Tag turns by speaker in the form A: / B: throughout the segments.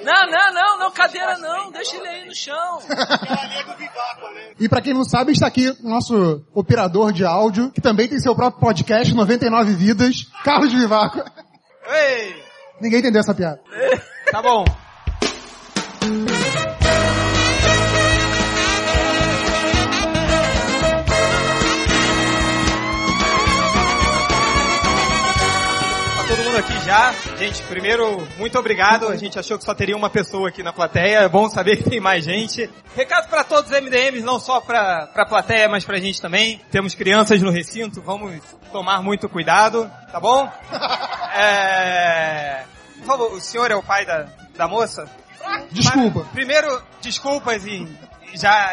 A: Não, não, não, não, cadeira não, deixa ele aí no chão.
B: E pra quem não sabe, está aqui o nosso operador de áudio, que também tem seu próprio podcast, 99 Vidas, Carlos Vivaco.
A: Ei!
B: Ninguém entendeu essa piada.
A: Tá bom. Tá todo mundo aqui já. Gente, primeiro, muito obrigado. A gente achou que só teria uma pessoa aqui na plateia. É bom saber que tem mais gente. Recado para todos os MDMs, não só para a plateia, mas pra gente também. Temos crianças no recinto, vamos tomar muito cuidado, tá bom? É... Por favor, o senhor é o pai da, da moça?
B: Desculpa.
A: Primeiro, desculpas e e já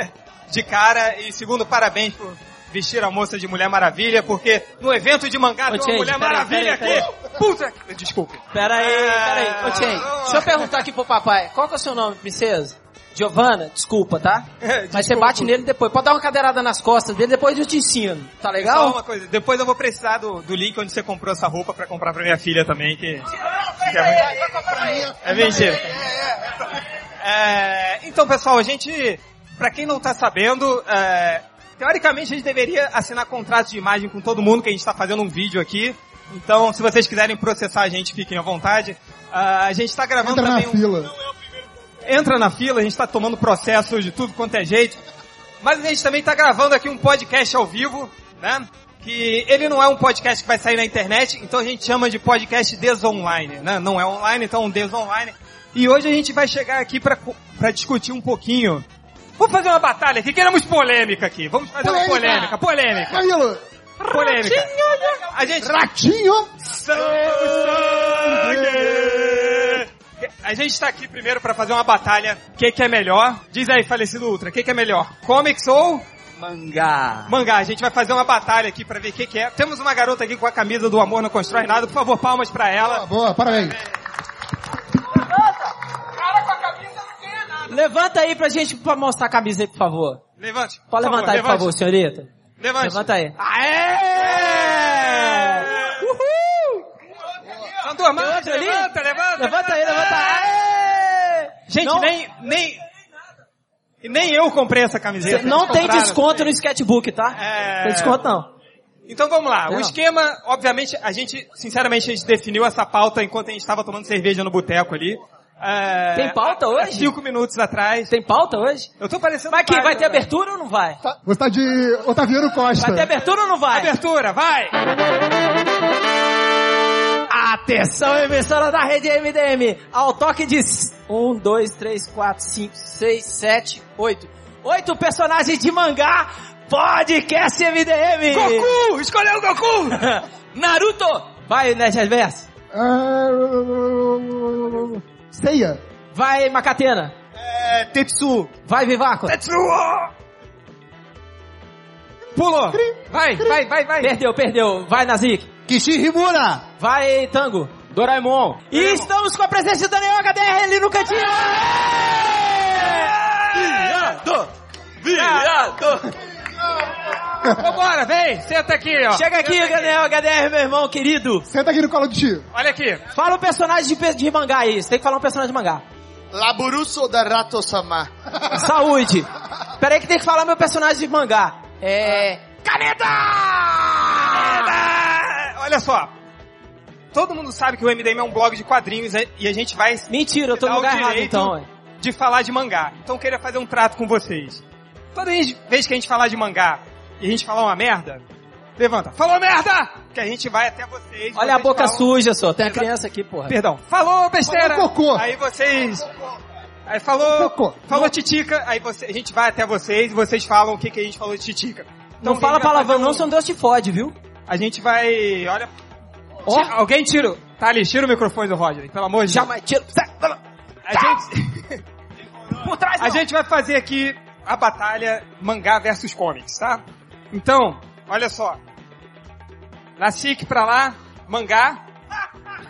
A: de cara. E segundo, parabéns por vestir a moça de Mulher Maravilha, porque no evento de mangá tem uma
C: Change,
A: Mulher
C: peraí,
A: Maravilha
C: peraí,
A: aqui. Puta que... Desculpe.
C: Pera aí, pera aí. Ô,
A: Ah.
C: Chen, deixa eu perguntar aqui pro papai. Qual que é o seu nome, princesa? Giovana, desculpa, tá?
A: É,
C: Mas você bate nele depois. Pode dar uma cadeirada nas costas dele, depois eu te ensino. Tá
A: Só
C: legal?
A: uma coisa, depois eu vou precisar do, do link onde você comprou essa roupa pra comprar pra minha filha também, que... que é, é mentira. É, então, pessoal, a gente, pra quem não tá sabendo, é, teoricamente a gente deveria assinar contrato de imagem com todo mundo, que a gente tá fazendo um vídeo aqui. Então, se vocês quiserem processar a gente, fiquem à vontade. Ah, a gente tá gravando
B: Entra na
A: também um
B: fila.
A: entra na fila, a gente tá tomando processo de tudo quanto é jeito. Mas a gente também tá gravando aqui um podcast ao vivo, né? Que ele não é um podcast que vai sair na internet, então a gente chama de podcast desonline, né? Não é online, então é um desonline. E hoje a gente vai chegar aqui pra co- pra discutir um pouquinho. Vamos fazer uma batalha aqui, queremos polêmica aqui. Vamos fazer
B: Polêmica!
A: uma polêmica, polêmica,
B: Camilo,
A: polêmica. A gente
B: ratinho!
A: Sangue! A gente tá aqui primeiro pra fazer uma batalha. O que, que é melhor? Diz aí, falecido Ultra, o que, que é melhor? Comics ou
D: Mangá.
A: mangá? A gente vai fazer uma batalha aqui pra ver o que, que é. Temos uma garota aqui com a camisa do Amor Não Constrói Nada. Por favor, palmas pra
B: Boa,
A: ela.
B: boa, parabéns.
C: Levanta aí pra gente pra mostrar a camisa aí, por favor.
A: Levante.
C: Pode
A: por favor,
C: levantar aí, por
A: levante.
C: favor, senhorita.
A: Levante.
C: Levanta aí.
A: Aê!
C: Uhul!
A: São duas mãos,
C: Tem outra ali?
A: levanta, levanta,
C: Levanta aí, levanta aí.
A: Gente,
C: Não-
A: nem, nem, nem eu comprei essa camiseta.
C: Não
A: Eles
C: tem
A: compraram.
C: desconto no sketchbook, tá?
A: É.
C: Tem desconto não.
A: Então vamos lá. O
C: Não.
A: esquema, obviamente, a gente, sinceramente, a gente definiu essa pauta enquanto a gente estava tomando cerveja no boteco ali. É,
C: Tem pauta
A: há- há
C: hoje?
A: Cinco minutos atrás.
C: Tem pauta hoje?
A: Eu tô parecendo...
C: Mas aqui,
A: pai,
C: vai ter
A: né?
C: abertura ou não vai?
B: Tá- Você tá de Otaviano Costa.
C: Vai ter abertura ou não vai?
A: Abertura, vai!
C: Atenção, emissora da rede MDM! Ao toque de 1, 2, 3, 4, 5, 6, 7, 8. Oito personagens de mangá, podcast MDM!
A: Goku! Escolheu o Goku!
C: Naruto! Vai, né, Nerd Adverso!
B: Ah, Ceia.
C: Vai, Macatena!
D: É, Tetsu.
C: Vai, Vivaco!
A: Tetsuo! Pulou! Vai, vai, vai, vai!
C: Perdeu, perdeu! Vai, Nazik!
D: Kishihimura.
C: Vai, Tango!
D: Doraemon.
C: E estamos com a presença do Daniel HDR ali no cantinho!
D: Viado. Viado.
A: Vambora, vem! Senta aqui, ó.
C: Chega aqui, Daniel HDR, meu irmão querido!
B: Senta aqui no colo de tio.
A: Olha aqui.
C: Fala um personagem de, pe- de mangá aí, você tem que falar um personagem de mangá.
E: Laburuso da Rato-sama.
C: Saúde. Peraí que tem que falar meu personagem de mangá. É...
A: Ah, Olha só. Todo mundo sabe que o MDM é um blog de quadrinhos né? e a gente vai
C: Mentira, eu tô
A: Dá
C: no
A: o
C: lugar errado
A: direito.
C: então. ué.
A: de falar de mangá. Então eu queria fazer um trato com vocês. Toda vez que a gente falar de mangá e a gente falar uma merda, levanta. Falou merda! Que a gente vai até vocês.
C: Olha a
A: vocês
C: boca
A: falam-
C: suja só, tem a criança aqui, porra.
A: um- Perdão. Falou besteira!
B: Falou cocô.
A: Aí vocês... Aí falou...
B: Cocô.
A: Falou titica, aí você- a gente vai até vocês e vocês falam o que, que a gente falou de titica.
C: Não
A: a gente
C: fala
A: vai
C: palavrão
A: fazer um-
C: não, senão Deus te fode, viu?
A: A gente vai... Olha...
C: Ó.
A: Ti- Alguém tira... o- Tá ali, tira o microfone do Roger, pelo amor de
C: Já
A: Deus.
C: vai, tira... sai, fala.
A: A gente...
C: Por trás
A: A
C: não.
A: gente vai fazer aqui a batalha mangá versus comics, tá? Então, olha só. Nasik pra lá, mangá.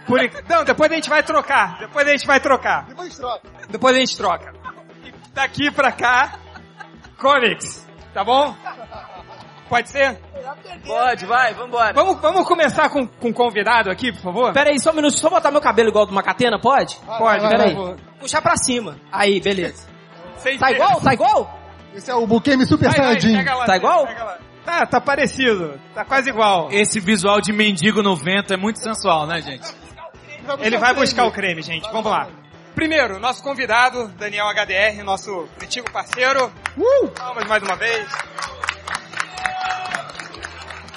A: Por... en- Não, depois a gente vai trocar. Depois a gente vai trocar.
B: Depois troca.
A: Depois a gente troca. E daqui pra cá, comics, tá bom? Pode ser?
C: Pode, vai, vambora.
A: Vamos, vamos começar com, com um convidado aqui, por favor?
C: Pera aí, só um minuto, deixa eu botar meu cabelo igual do Macatena, pode?
A: Pode,
C: Pera aí.
A: por favor.
C: Puxar pra cima. Aí, beleza.
A: Sem
C: Tá
A: ter-
C: igual? Tá igual?
B: Esse é o Bukemi Super
A: Vai, vai,
B: Saiyajin.
A: pega lá,
C: Tá igual?
A: pega lá. Tá, tá parecido. Tá quase igual.
F: Esse visual de mendigo no vento é muito sensual, né, gente?
A: Ele vai buscar o creme, gente. Vamos lá. Primeiro, nosso convidado, Daniel HDR, nosso antigo parceiro. Palmas mais uma vez.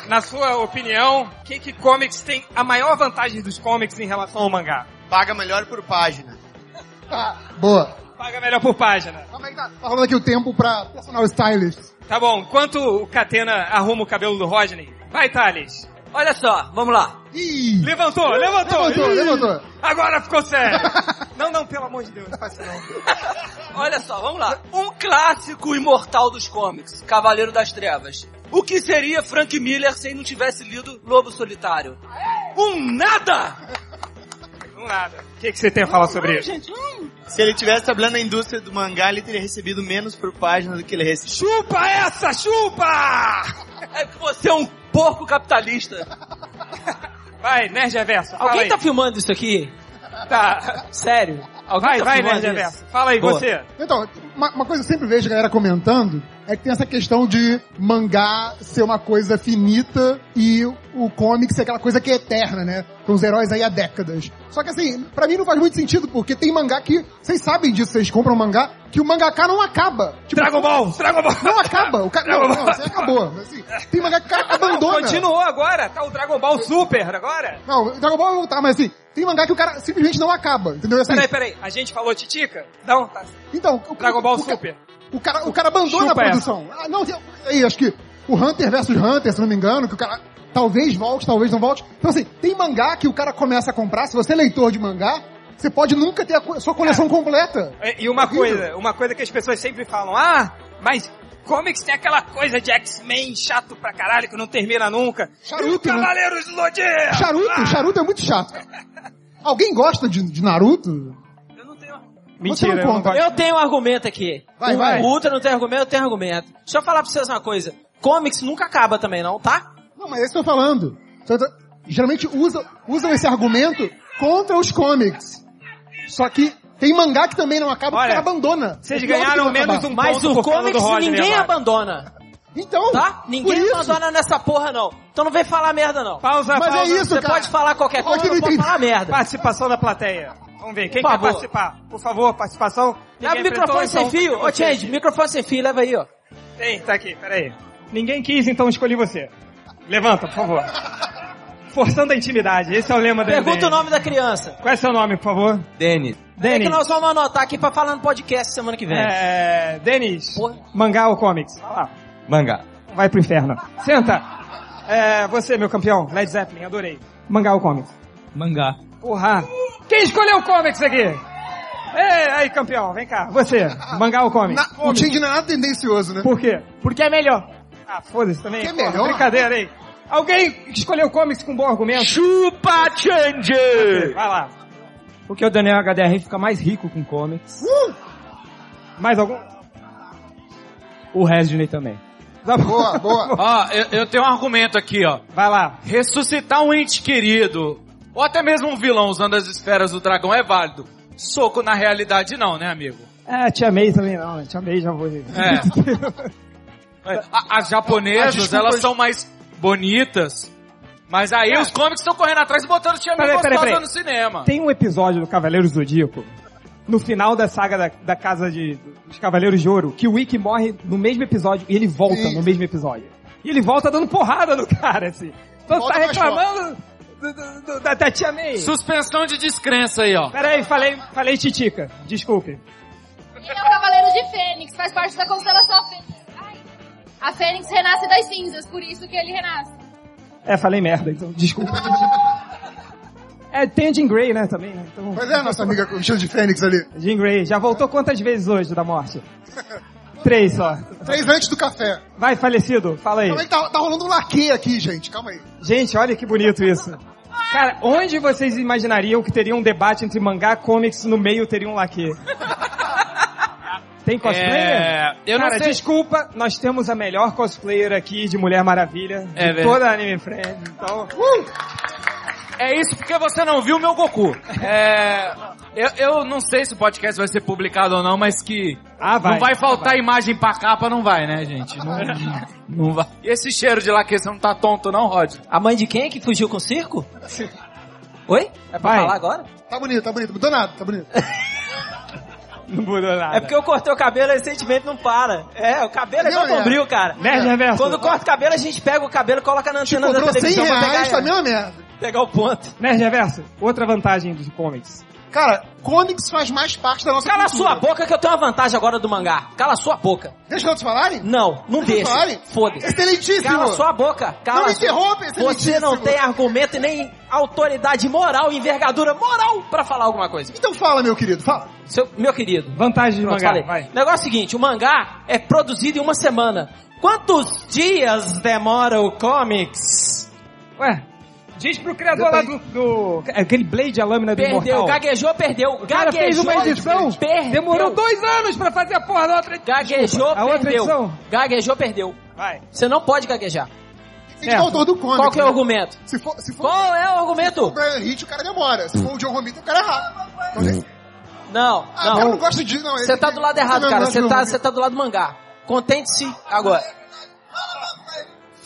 A: Na sua opinião, o que, que comics tem a maior vantagem dos comics em relação ao mangá?
G: Paga melhor por página.
B: Ah, Boa.
A: Paga melhor por página.
B: Calma aí, tá, tá rolando aqui o tempo pra personal stylist.
A: Tá bom, enquanto o Catena arruma o cabelo do Rodney, vai, Thales.
C: Olha só, vamos lá.
B: Ih!
A: Levantou, levantou.
B: Levantou,
A: Ih,
B: levantou.
A: Agora ficou sério. não, não, pelo amor de Deus, não faz isso não.
C: Olha só, vamos lá. Um clássico imortal dos cómics, Cavaleiro das Trevas. O que seria Frank Miller se ele não tivesse lido Lobo Solitário? Um nada!
A: Não Um nada. O que, que você tem a falar sobre isso?
G: Se ele tivesse trabalhando na indústria do mangá, ele teria recebido menos por página do que ele recebeu.
A: Chupa essa, chupa!
C: É que você é um porco capitalista.
A: Vai, Nerd Reverso, fala
C: Alguém
A: aí.
C: tá filmando isso aqui?
A: Tá.
C: Sério? Alguém
A: Vai,
C: tá
A: vai,
C: filmando
A: Nerd
C: isso?
A: Reverso. Fala aí,
C: Boa.
A: você.
B: Então, uma, uma coisa que eu sempre vejo a galera comentando é que tem essa questão de mangá ser uma coisa finita e o comic ser aquela coisa que é eterna, né? Com os heróis aí há décadas. Só que assim, pra mim não faz muito sentido, porque tem mangá que, vocês sabem disso, vocês compram mangá, que o mangaká não acaba. Tipo,
A: Dragon Ball, Dragon Ball.
B: não acaba. O
A: Tá
B: cara, não, não, você acabou. Assim, tem mangá que o cara abandona.
A: Continuou agora, tá o Dragon Ball Super agora.
B: Não, o Dragon Ball vai voltar, mas assim, tem mangá que o cara simplesmente não acaba, entendeu? Assim,
A: Peraí, peraí, a gente falou Titica? Não, tá.
B: então, o,
A: Dragon Ball
B: o, ca-
A: Super.
B: O cara, o cara abandona
A: Chupa
B: a produção. Ah, não, tem- aí, acho que o Hunter versus Hunter, se não me engano, que o cara talvez volte, talvez não volte. Então, assim, tem mangá que o cara começa a comprar. Se você é leitor de mangá, você pode nunca ter a co- sua coleção completa.
A: É, E- E uma coisa, uma coisa que as pessoas sempre falam, ah, mas comics tem aquela coisa de X-Men chato pra caralho que não termina nunca.
B: Charuto,
A: e o
B: né?
A: Cavaleiros do Zodíaco!
B: Charuto, charuto é muito chato. Alguém gosta de, de Naruto?
A: Mentira,
B: Você não
A: eu não
B: conta. É
A: gosto.
C: Eu tenho um argumento aqui.
B: Vai,
C: o,
B: vai.
C: o Ultra não tem argumento, eu tenho argumento. Deixa eu falar pra vocês uma coisa. Comics nunca acaba também, não, tá?
B: Não, mas é isso que eu tô falando. Então, tá- Geralmente usa- usam esse argumento contra os comics. Só que tem mangá que também não acaba, o
A: Olha,
B: cara abandona.
A: Vocês
B: É pior do que
A: ganharam
B: não acabar.
A: menos um
C: Mas
A: ponto
C: o
A: por causa do
C: comics
A: Rodney né,
C: ninguém
A: agora.
C: abandona,
B: Então,
C: tá?
B: por
C: Ninguém
B: isso,
C: abandona nessa porra, não. Então não vem falar merda, não.
A: Pausa,
B: Mas é
A: pausa.
B: isso,
C: Você
B: cara.
C: pode falar qualquer
B: Pode
C: coisa, não
B: não
C: pode
B: entendi.
C: falar merda.
A: Participação da plateia. Vamos ver, quem
C: Por
A: quer
C: favor.
A: participar? Por favor, participação.
C: Abre
A: Ninguém
C: o microfone
A: apertou,
C: sem
A: então
C: fio. Ô,
A: você.
C: Change, microfone sem fio, leva aí, ó.
A: Tem, tá aqui, peraí. Ninguém quis, então escolhi você. Levanta, por favor. Forçando a intimidade, esse é o lema da
C: Pergunta
A: ideia.
C: o nome da criança.
A: Qual é seu nome, por favor?
F: Denis.
C: É que
A: Denis.
C: nós vamos anotar aqui pra falar no podcast semana que vem.
A: É, Denis,
C: Porra.
A: mangá ou comics? Vai lá,
F: Mangá.
A: vai pro inferno. Senta. É, você, meu campeão, Led Zeppelin, adorei. Mangá ou comics?
F: Mangá.
A: Porra. Quem escolheu o comics aqui? Ei, aí, campeão, vem cá. Você, mangá ou comics?
B: na- o Change não é nada tendencioso, né?
A: Por quê? Porque é melhor. Ah, foda-se também.
B: Porque é
A: Porra,
B: melhor?
A: Brincadeira aí. Alguém escolheu comics com bom argumento?
H: Chupa Change!
A: Vai lá.
F: Porque o Daniel HDR fica mais rico com comics.
A: Uh! Mais algum?
F: O Resney também.
A: Tá bom.
B: Boa, boa.
F: Ó, eu, eu tenho um argumento aqui, ó.
A: Vai lá.
F: Ressuscitar um ente querido, ou até mesmo um vilão usando as esferas do dragão é válido. Soco na realidade não, né, amigo?
A: É, te amei também não, né? te amei, já vou.
F: É.
A: É.
F: A- As japonesas,
B: desculpa,
F: elas são mais bonitas, mas aí os cômicos estão correndo atrás e botando Tia May
A: É. Peraí, peraí,
F: gostosa
A: peraí.
F: no cinema.
A: Tem um episódio do Cavaleiros do Zodíaco, no final da saga da, da casa de, dos Cavaleiros de Ouro, que o Wick morre no mesmo episódio e ele volta
B: Sim.
A: no mesmo episódio. E ele volta dando porrada no cara, assim. Então
B: Volta
A: você tá
B: mais
A: reclamando do- do- do- da, da Tia May.
F: Suspensão de descrença aí, ó.
A: Peraí, falei, falei titica, desculpe.
I: Ele é o Cavaleiro de Fênix, faz parte da constelação Fênix. Ai. A Fênix renasce das cinzas, por isso que ele renasce.
A: É, falei merda, então desculpa. É, tem a Jean Grey, né, também, né? Então,
B: Pois é, nossa amiga com o estilo de Fênix ali.
A: Jean Grey, já voltou quantas vezes hoje da morte? Três só.
B: Três antes do café.
A: Vai, falecido, fala aí.
B: Calma aí, tá, tá rolando um laque aqui, gente. Calma aí.
A: Gente, olha que bonito isso. Cara, onde vocês imaginariam que teria um debate entre mangá e comics no meio teria um laque? Tem cosplayer?
F: É, eu não
A: Cara,
F: sei.
A: desculpa, nós temos a melhor cosplayer aqui de Mulher Maravilha
F: É
A: de
F: verdade.
A: toda a Anime Friends. Então,
F: É isso porque você não viu meu Goku. É, eu, eu não sei se o podcast vai ser publicado ou não, mas que
A: ah, vai.
F: não vai faltar imagem pra capa, não vai, né, gente? Não, não vai. E esse cheiro de laqueça não tá tonto, não, Rod?
C: A mãe de quem é que fugiu com o circo? Oi? É pra
A: Vai.
C: falar agora?
B: Tá bonito, tá bonito. Mudou nada, tá bonito.
A: Não mudou nada.
C: É porque eu cortei o cabelo e esse sentimento não para. É, o cabelo é
B: Não,
C: igual
B: é.
C: bombril, cara.
A: Nerd reverso.
C: Quando corta o cabelo, a gente pega o cabelo e coloca na antena da
B: Cobrou 100
C: televisão pra
B: reais,
C: pegar,
B: tá a mesma merda.
C: pegar o ponto.
A: Nerd reverso, outra vantagem dos comics.
B: Cara, comics faz mais parte da nossa
C: Cala a
B: cultura.
C: sua boca que eu tenho uma vantagem agora do mangá. Cala a sua boca.
B: Deixa os outros falarem?
C: Não, não
B: Deixa eu
C: deixa.
B: falar?
C: Foda-se.
B: Excelentíssimo!
C: Cala sua boca. Cala
B: Não me
C: sua-
B: interrompa,
C: Você
B: excelentíssimo.
C: não tem argumento e nem autoridade moral, envergadura moral pra falar alguma coisa.
B: Então fala, meu querido, fala.
C: Seu- meu querido,
A: Vantagem de
C: Pronto,
A: mangá,
C: falei.
A: vai.
C: Negócio é o seguinte, o mangá é produzido em uma semana. Quantos dias demora o comics?
A: Ué, diz pro criador lá do, do- É Aquele Blade, a lâmina do
C: Perdeu,
A: Imortal.
C: gaguejou, perdeu.
A: cara
C: gaguejou,
A: fez uma edição,
C: perdeu.
A: Demorou dois anos pra fazer a porra da outra.
C: Gaguejou,
A: A outra
C: perdeu.
A: edição?
C: Gaguejou, perdeu.
A: Vai.
C: Você não pode gaguejar.
B: Tem que autor do comic.
C: Qual que é o
B: né?
C: argumento?
B: Se for, se for
C: Qual é o
B: o
C: argumento?
B: Brian Hitch, o cara demora. Se for o John Romita, o cara é rápido. Então, gente,
C: Não,
B: ah, o cara não
C: não.
B: gosta de... não,
C: Você
B: ele-
C: tá do lado
B: ele
C: errado,
B: não
C: cara.
B: gosta de
C: Você
B: John
C: tá,
B: Romita.
C: você tá do lado do mangá. Contente-se agora.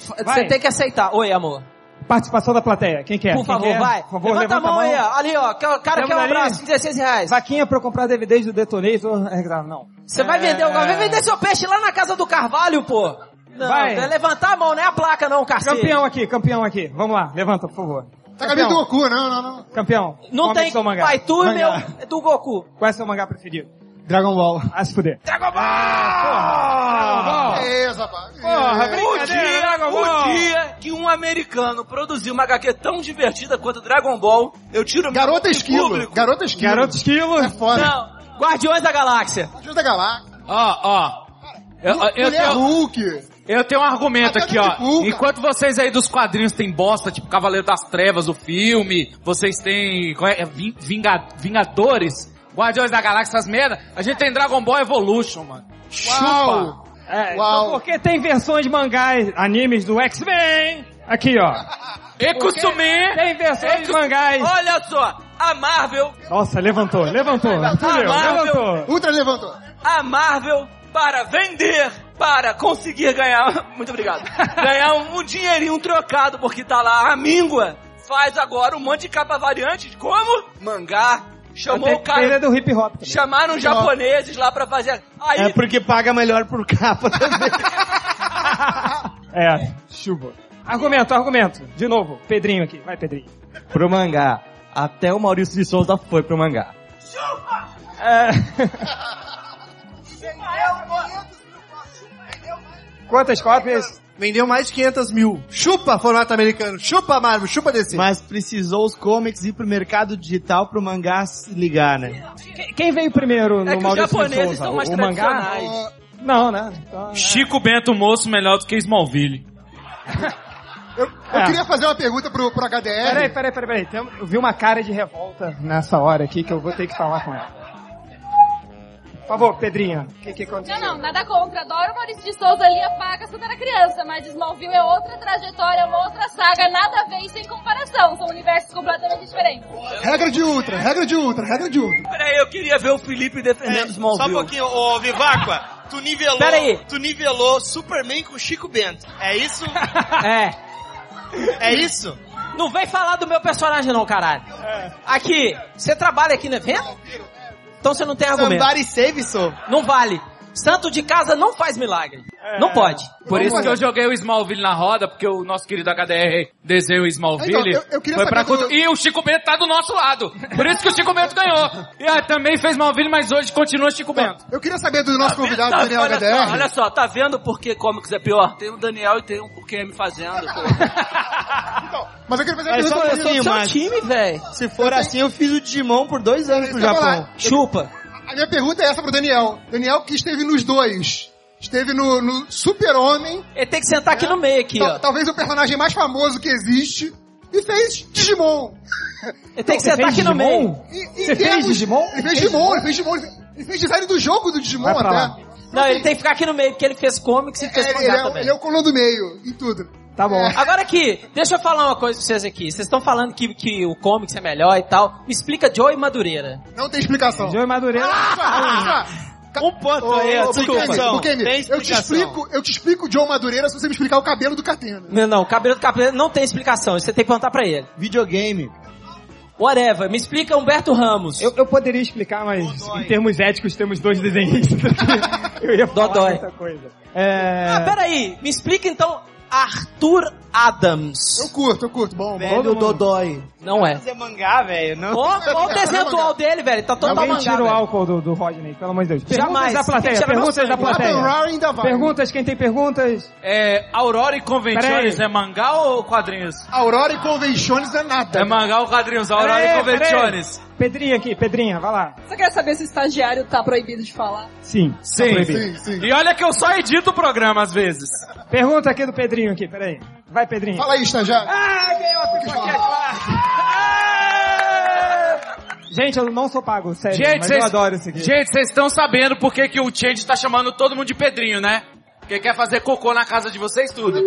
C: Você
A: Vai.
C: tem que aceitar. Oi, amor.
A: Participação da plateia. Quem quer?
C: Por
A: Quem
C: favor,
A: quer?
C: vai.
A: Por favor,
C: levanta, a mão, aí, ó. Ali, ó. O cara
A: Temos
C: quer um
A: ali?
C: abraço, 16 reais.
A: Vaquinha pra eu comprar DVDs do Detonator. É, claro, Não.
C: Você vai vender
A: É,
C: o vai vender seu peixe lá na casa do Carvalho, pô. Não,
A: Vai.
C: é levantar a mão, não é a placa não, cacete.
A: Ah, Campeão aqui, campeão aqui. Vamos lá, levanta, por favor.
B: Tá cabendo do Goku, não, não, não.
A: Campeão.
C: Não
A: qual é
C: tem
A: o seu mangá?
C: pai tu e meu
A: Mangá.
C: é do Goku.
A: Qual é o seu mangá preferido?
B: Dragon Ball.
A: Ah, se fuder.
B: É isso, rapaz.
A: Porra,
B: É.
A: brincadeira, né, Dragon Ball.
J: dia que um americano produziu uma HQ tão divertida quanto Dragon Ball, eu tiro
B: Garota
J: de
B: Esquilo.
J: público.
B: Garota Esquilo.
A: Garoto Esquilo.
B: É foda.
C: Não, Guardiões da Galáxia.
B: Ajuda da Galáxia.
F: Ó, ó. Eu, eu,
A: é
B: Mulher
F: tenho,
B: é Hulk.
F: eu tenho um argumento
B: Até
F: aqui,
B: do
F: ó.
B: Goku, cara.
F: Enquanto vocês aí dos quadrinhos têm bosta, tipo Cavaleiro das Trevas, o filme, vocês têm qual é? É Vin- Vinga- Vingadores, Guardiões da Galáxia, essas merda, a gente tem Dragon Ball Evolution, mano.
B: Uau.
A: É,
B: Uau.
A: então porque tem versões de mangás, animes do X-Men. Aqui, ó.
J: É
F: Ekusume!
A: Tem versões de mangás.
J: Olha só, a Marvel,
A: Nossa, levantou, levantou.
J: tá
A: Fudeu,
J: Marvel.
A: levantou.
B: Ultra levantou.
J: a Marvel para vender, para conseguir ganhar, muito obrigado, ganhar um, um dinheirinho trocado porque tá lá a míngua, faz agora um monte de capa variante, de como? Mangá. Chamou o
A: Tem- tem
J: cara,
A: do hip hop também.
J: chamaram os japoneses lá pra fazer. Aí
G: É porque paga melhor por capa também.
A: É, chuva. Argumento, argumento. De novo, Pedrinho aqui. Vai, Pedrinho.
G: pro mangá. Até o Maurício de Souza foi pro mangá.
A: É. Quantas cópias?
G: Vendeu mais de 500 mil. Chupa formato americano, chupa Marvel, chupa DC. Mas precisou os comics ir pro mercado digital pro mangá se ligar, né?
A: Quem- Quem veio primeiro no
J: é que os
A: Maurício de
J: japoneses
A: Souza?
J: são mais
A: o mangá?
J: tradicionais.
A: Não, né? Então,
F: Chico Bento Moço melhor do que Smallville.
B: Eu, eu
A: É.
B: queria fazer uma pergunta pro, pro HDR.
A: Peraí, peraí, peraí, peraí. Tem- um- Eu vi uma cara de revolta nessa hora aqui que eu vou ter que falar com ela. Por favor, Pedrinha. O que, que aconteceu?
I: Não, não, nada contra. Adoro o Maurício de Souza ali, a paga quando era criança, mas Smallville é outra trajetória, é uma outra saga, nada a ver e sem comparação. São universos completamente diferentes.
B: Regra de Ultra, regra de Ultra, regra de Ultra.
J: Peraí, eu queria ver o Felipe defendendo os
G: só um
J: Smallville.
G: pouquinho, ô Vivacqua, tu nivelou,
C: Pera aí.
G: tu nivelou Superman com Chico Bento. É isso?
C: É.
G: É isso?
C: Não vem falar do meu personagem não, caralho. Aqui, você trabalha aqui no evento? Então você não tem argumento.
G: Somebody save so.
C: Não vale. Santo de casa não faz milagre. Não pode.
F: Por isso
B: Vamos
F: que eu
B: olhar.
F: joguei o Smallville na roda, porque o nosso querido HDR desenhou o Smallville.
B: Então, eu- eu queria
F: foi pra
B: saber do-
F: contra- E o Chico Bento tá do nosso lado. Por isso que o Chico Bento ganhou. E ah, também fez Smallville, mas hoje continua Chico Bento.
B: Eu queria saber do nosso convidado,
J: Tá,
B: Daniel
J: olha,
B: HDR.
J: só, olha só, tá vendo por que Comics é pior? Tem o Daniel e tem o QM fazendo, pô.
B: Mas eu queria fazer uma
G: Mas só
B: pergunta
G: um
B: pro
C: Sou
G: pouquinho,
C: seu
G: Márcio.
C: time, velho.
G: Se for assim, eu fiz o Digimon por dois anos no
B: Isso que eu ia
G: Japão.
B: falar.
C: Chupa.
B: A minha pergunta é essa pro Daniel. Daniel que esteve nos dois. Esteve no, no Super-Homem, É.
C: Ele tem que sentar aqui no meio, aqui,
B: tal-
C: ó.
B: talvez o personagem mais famoso que existe, e fez Digimon.
C: Ele tem que sentar aqui no meio.
B: E- e
A: Você fez Digimon?
B: Ele fez Digimon, ele fez Digimon. ele fez- Ele fez design do jogo do Digimon
K: Vai pra lá.
B: até.
C: Não, ele tem que ficar aqui no meio, porque ele fez comics e fez
B: É, ele,
C: mangá
B: é,
C: também.
B: ele é o colão do meio, em tudo.
K: Tá bom.
B: É.
C: Agora aqui, deixa eu falar uma coisa pra vocês aqui. Vocês estão falando que, que o comics é melhor e tal. Me explica Joey Madureira.
B: Não tem explicação. Ah,
K: Joey Madureira.
B: Um
A: ponto aí, a discussão. Tem
B: eu te
A: explicação.
B: explico, eu te explico o John Madureira se você me explicar o cabelo do Catena.
C: Não, não, cabelo do cabelo não tem explicação. Isso Você tem que perguntar pra ele.
K: Videogame.
C: Whatever. Me explica Humberto Ramos.
A: Eu, eu poderia explicar, mas em termos éticos temos dois desenhistas aqui. Eu ia falar tá-
C: Dodói.
A: muita coisa. É...
C: Ah, peraí. Me explica então Arthur Adams.
B: Eu curto, eu curto. Bom, bom.
K: Velho Dodói.
C: Não é.
K: é mangá, velho. Não.
C: Olha o desenho atual dele, velho. Tá total
A: Alguém
C: mangá,
A: tira o
C: velho.
A: álcool do, do Rodney, pelo amor de Deus.
C: Jamais.
A: Perguntas da
C: Tem que
A: plateia,
C: tirar meu
A: perguntas da
C: sangue.
B: Adam
A: plateia.
B: Rory ainda vai.
A: Perguntas, quem tem perguntas?
F: É, Aurora e Convenções
A: Peraí.
F: é mangá ou quadrinhos?
B: Aurora e Convenções é nada.
F: É mangá ou quadrinhos? Aurora
A: Peraí,
F: e Convenções.
A: Pedrinha aqui, Pedrinha, vai lá.
I: Você quer saber se o estagiário tá proibido de falar?
A: Sim. tá
F: Sim.
A: proibido.
B: Sim, sim.
F: E olha que eu só edito o programa às vezes.
A: Pergunta aqui do Pedrinho aqui, peraí. Vai, Pedrinho.
B: Fala aí, estagiário.
A: Ah, ganhei uma pipoca, é claro. Gente, eu não sou pago, sério.
F: Gente,
A: É, mas
F: vocês-
A: eu adoro isso aqui.
F: Gente, vocês estão sabendo por que, que o Change tá chamando todo mundo de Pedrinho, né? Porque quer fazer cocô na casa de vocês tudo.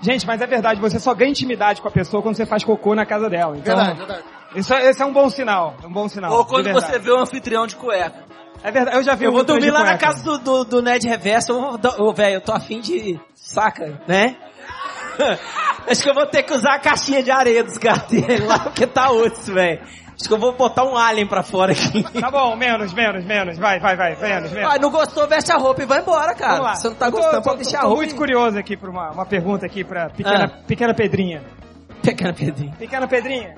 A: Gente, mas é verdade, você só ganha intimidade com a pessoa quando você faz cocô na casa dela. Então,
B: Verdade, verdade.
A: Isso, é- esse é um bom sinal. é Um bom sinal.
J: Ou
A: de
J: quando
A: verdade.
J: você vê um anfitrião de cueca.
A: É verdade, eu já vi
C: Eu
A: um
C: vou
A: outro
C: dormir
A: de
C: lá na
A: cueca.
C: casa do, do, do Ned Reverso. Eu vou dar- Ô, velho, eu tô afim de. Saca, né? Acho que eu vou ter que usar a caixinha de areia dos gatos dele lá, porque tá osso, velho. Acho que eu vou botar um alien pra fora aqui.
A: Tá bom, menos, menos, menos. Vai, vai, vai, menos, menos.
C: Ah, não gostou, veste a roupa e vai embora,
A: Vamos
C: cara.
A: lá.
C: Você não tá
A: Eu tô-
C: gostando,
A: tô-
C: pode
A: tô-
C: deixar a
A: Tô
C: roupa.
A: muito curioso aqui pra uma, uma pergunta aqui pra pequena,
C: Ah.
A: pequena Pedrinha.
C: Pequena Pedrinho.
A: Pequena Pedrinha.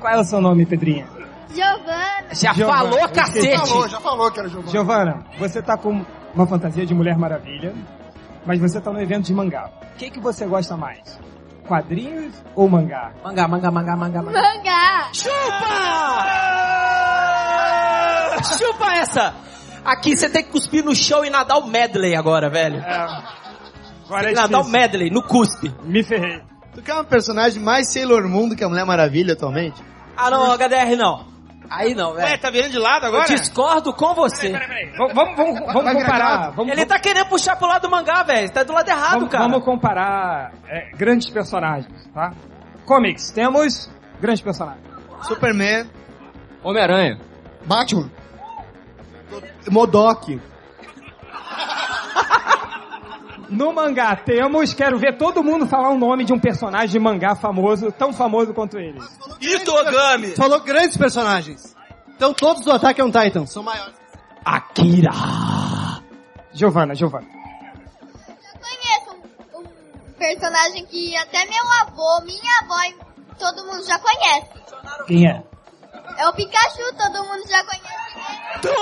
A: Qual é o seu nome, Pedrinha?
L: Giovana.
C: Já
A: Giovana,
C: falou,
A: eu esqueci.
B: Já
C: cacete!
B: falou, já falou que era Giovanni.
A: Giovana, você tá com uma fantasia de Mulher Maravilha, mas você tá no evento de mangá. O que, que você gosta mais? Quadrinhos ou mangá?
C: Mangá, mangá, mangá, mangá, mangá.
L: Mangá.
C: Chupa! Chupa essa! Aqui você tem que cuspir no chão e nadar o medley agora, velho.
A: É, agora é
C: nadar o
A: difícil.
C: medley no cuspe.
A: Me ferrei.
K: Tu quer
G: um
K: uma personagem mais Sailor Moon do que a Mulher Maravilha atualmente?
C: Ah, não, HDR não. Aí não, velho.
A: tá virando de lado
C: Eu discordo com você.
A: Vamos, vamos, vamos, vamos
B: vai virar
A: comparar. Vamos,
C: Ele tá querendo puxar pro lado do mangá, velho. Tá do lado errado,
A: vamos,
C: cara.
A: vamos comparar é, grandes personagens, tá? Comics, temos grandes personagens.
K: Superman,
F: Homem-Aranha.
B: Batman.
K: Modok.
A: No mangá temos, quero ver todo mundo falar o nome de um personagem de mangá famoso, tão famoso quanto ele.
J: Itogami.
K: Tu falou grandes personagens. Então todos do Attack on Titan são maiores.
C: Akira.
A: Giovana, Giovana.
L: Eu conheço um, um personagem que até meu avô, minha avó, e todo mundo já conhece.
A: Quem é?
L: É o Pikachu, todo mundo já conhece ele.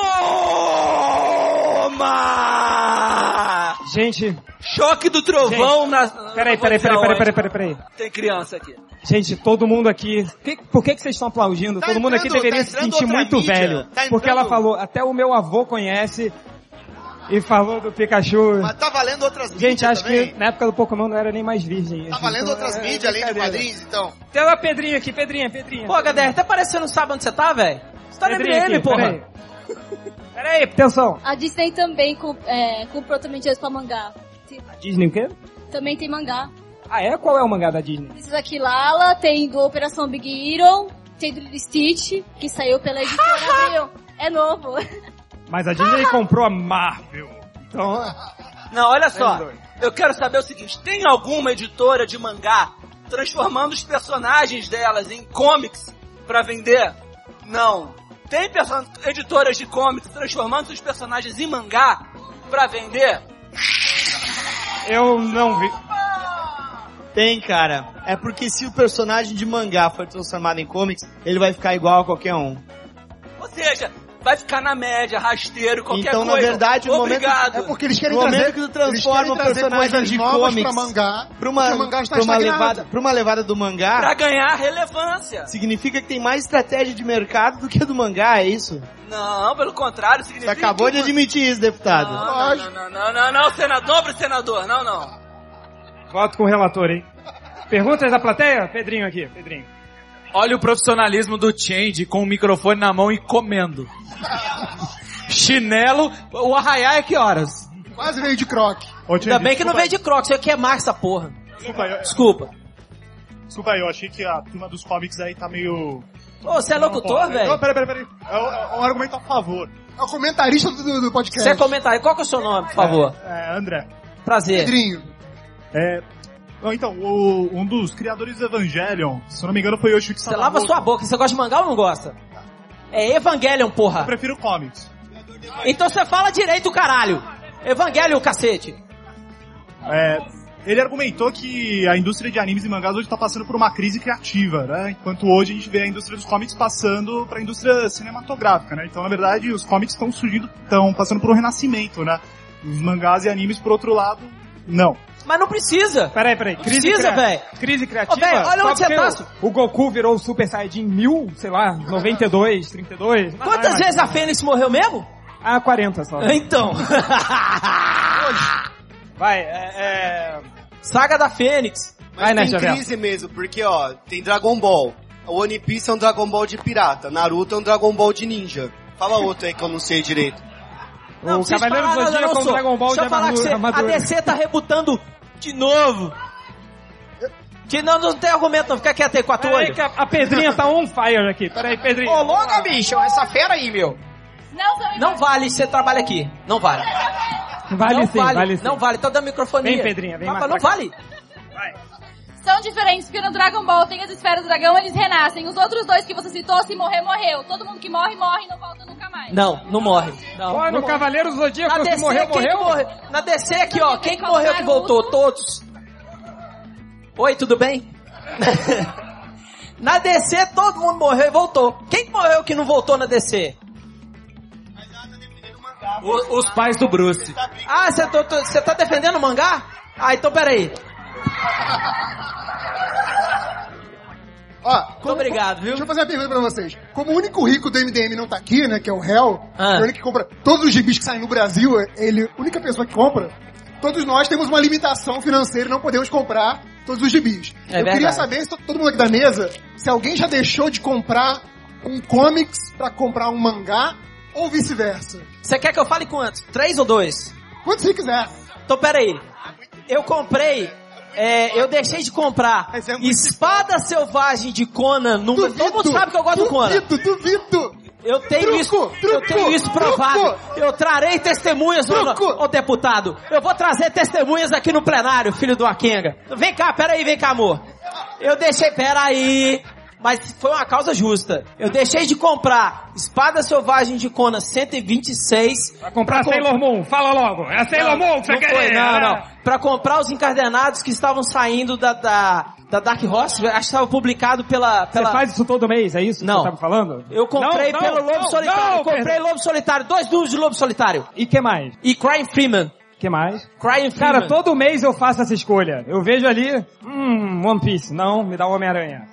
J: Toma!
A: Gente,
J: Choque do trovão na.
A: peraí, peraí, peraí, peraí, peraí, peraí, peraí.
J: Tem criança aqui.
A: Gente, todo mundo aqui. que- por que, que vocês estão aplaudindo?
K: Tá
A: todo mundo aqui
K: entrando-
A: deveria
K: tá
A: se
K: entrando
A: sentir
K: outra
A: muito
K: mídia.
A: velho.
K: Tá entrando-
A: porque ela falou, até o meu avô conhece e falou do Pikachu.
K: Mas tá valendo outras
A: Gente, acho
K: também?
A: que na época do Pokémon não era nem mais virgem. Então, é
K: Tá valendo outras mídias além de quadrinhos, então.
A: Tem uma Pedrinha aqui, Pedrinha, Pedrinha.
C: Pô, HDR, tá parecendo que não sabe onde você tá, velho? Você tá na MDM, porra.
A: Peraí, Peraí, atenção.
I: A Disney também com, é, comprou também direitos pra mangá.
A: Disney o quê?
I: Também tem mangá.
A: Ah, é? Qual é o mangá da Disney?
I: Precisa aqui Lala, tem do Operação Big Hero, tem do Lilo e Stitch, que saiu pela editora Abril. É novo.
A: Mas a Disney comprou a Marvel. Então,
J: Não, olha só. Eu quero saber o seguinte: tem alguma editora de mangá transformando os personagens delas em comics pra vender? Não. Tem perso- editoras de comics transformando seus personagens em mangá pra vender?
A: eu não vi.
K: Tem, cara. É porque se o personagem de mangá for transformado em comics, ele vai ficar igual a qualquer um.
J: Ou seja, vai ficar na média, rasteiro, qualquer
K: Então,
J: coisa.
K: na verdade, no momento-
J: Obrigado.
B: É porque eles querem
K: No momento
B: trazer...
K: que tu
B: eles
K: transforma
B: querem
K: o
B: trazer
K: personagem
B: coisas
K: de
B: novas
K: comics
B: pra mangá.
K: Pra uma,
B: porque o mangá está
K: pra uma,
B: estagnado.
K: levada, pra uma levada do mangá,
J: Pra ganhar relevância.
K: significa que tem mais estratégia de mercado do que a do mangá, é isso?
J: Não, pelo contrário,
K: Você
J: significa.
K: acabou de
J: que-
K: admitir isso, deputado.
J: Não, não, não, não, não, não, senador, nobre senador, não, não.
A: Voto com o relator, hein? Perguntas da plateia? Pedrinho aqui, Pedrinho.
F: Olha o profissionalismo do Change com o microfone na mão e comendo. Chinelo, o arraiar é que horas?
B: Quase veio de croque.
C: Ainda bem que não veio de croque, você queimar essa porra.
M: Desculpa, eu,
C: Desculpa.
M: desculpa aí, eu achei que a turma dos comics aí tá meio...
C: Ô, você é locutor, velho?
M: Não, peraí, peraí, peraí. É um, é um argumento a favor.
B: É o comentarista do, do- do podcast.
C: Você é comentário. Qual que é o seu nome, por favor?
M: É, é, André.
C: Prazer.
B: Pedrinho.
M: É... não, Então, o- um dos criadores do Evangelion, se eu não me engano, foi Yoshiuki
C: Você lava
M: Sakamoto.
C: sua boca. Você gosta de mangá ou não gosta? É Evangelion, porra. Eu
M: prefiro comics.
C: Então você fala direito, caralho. Evangelion, cacete.
M: É, ele argumentou que a indústria de animes e mangás hoje está passando por uma crise criativa, né? Enquanto hoje a gente vê a indústria dos comics passando para a indústria cinematográfica, né? Então, na verdade, os comics estão surgindo, estão passando por um renascimento, né? Os mangás e animes, por outro lado, não.
C: Mas não precisa.
M: Peraí, peraí.
A: Crise
C: Precisa,
A: cria-
C: velho.
A: Crise criativa.
C: Ô, velho, olha
A: Só
C: onde você
A: porque
C: tá.
A: O, o Goku virou o Super Saiyajin 1000, sei lá, 92, 32.
C: Quantas vezes a Fênix morreu mesmo?
A: Ah, 40 só.
C: Então.
A: Vai, é... é...
C: Saga da Fênix.
N: Mas
A: né,
N: tem
A: Xavier?
N: crise mesmo, porque ó, tem Dragon Ball. O One Piece é um Dragon Ball de pirata. Naruto é um Dragon Ball de ninja. Fala outro aí que eu não sei direito.
C: Não,
N: O
C: precisa
N: Cavaleiro
C: falar nada,
N: do Zodíaco
C: não,
N: é um
C: sou.
N: Dragon Ball
C: Deixa
N: de
C: eu falar
N: amadura-
C: que você, a
N: amadura.
C: DC tá rebutando de novo. Que não, não tem argumento, não. Fica quieto aí, quatro olhos.
A: que a, a Pedrinha tá on fire aqui. Peraí, Pedrinho.
C: Ô, logo, bicho, essa fera aí, meu.
I: Não, são
C: Não vale você trabalha aqui. Não vale.
A: Vale
C: não
A: sim,
C: vale,
A: vale sim.
C: Não vale, então dá microfone.
A: Vem, Pedrinha, vem
C: Mas
A: mais
C: não
A: pra cá.
C: vale.
I: São diferentes, porque no Dragon Ball tem as esferas do dragão, eles renascem. Os outros dois que você citou, se morrer, morreu. Todo mundo que morre, morre, não volta nunca mais.
C: Não, não morre. Não,
A: Olha,
C: não
A: no Cavaleiro do Zodíaco,
C: Na
A: se
C: DC,
A: morreu,
C: quem
A: morreu?
C: que Na DC aqui, ó, quem que morreu que voltou? Todos. Oi, tudo bem? na DC todo mundo morreu e voltou. Quem que morreu que não voltou na DC?
F: O- os pais do Bruce.
C: Ah, você tô- tô- você tá defendendo o mangá? Ah, então peraí.
B: Ó,
C: como, obrigado, viu?
B: Deixa eu fazer uma pergunta pra vocês. Como o único rico do MDM não tá aqui, né, que é o réu,
C: Ah.
B: que é ele que compra todos os gibis que saem no Brasil, ele, a única pessoa que compra, todos nós temos uma limitação financeira e não podemos comprar todos os gibis.
C: É
B: Eu queria
C: verdade.
B: saber, se to- todo mundo aqui da mesa, se alguém já deixou de comprar um comics pra comprar um mangá ou vice-versa.
C: Você quer que eu fale quantos? Três ou dois?
B: Quantos você quiser.
C: Então peraí. Eu comprei. é, eu deixei de comprar
B: é
C: Espada Selvagem de Conan no. Todo mundo sabe que eu gosto do Conan.
B: Duvido, duvido.
C: Eu tenho
B: Truco,
C: isso. eu
B: truco,
C: tenho isso provado. Eu trarei testemunhas, ô, ô, deputado. Eu vou trazer testemunhas aqui no plenário, filho do Akenga. Vem cá, peraí, vem cá, amor. Eu deixei. Peraí. Mas foi uma causa justa. Eu deixei de comprar Espada Selvagem de Conan 126. Pra
A: comprar Sailor Moon, fala logo. É a Sailor Moon que você
C: não
A: quer?
C: foi, não,
A: né?
C: não. Pra comprar os encadernados que estavam saindo da, da, da Dark Horse, acho que estava publicado pela...
A: Você
C: pela...
A: faz isso todo mês, é isso que
C: Não.
A: você tava falando?
C: Eu comprei
A: Não, não,
C: pelo Lobo
A: não,
C: Solitário.
A: não,
C: comprei
A: Pedro.
C: Lobo Solitário. Dois números de Lobo Solitário.
A: E que mais?
C: E Crying Freeman.
A: que mais?
C: Crying Freeman.
A: Cara, todo mês eu faço essa escolha. Eu vejo ali, hum, One Piece, não, me dá o Homem-Aranha.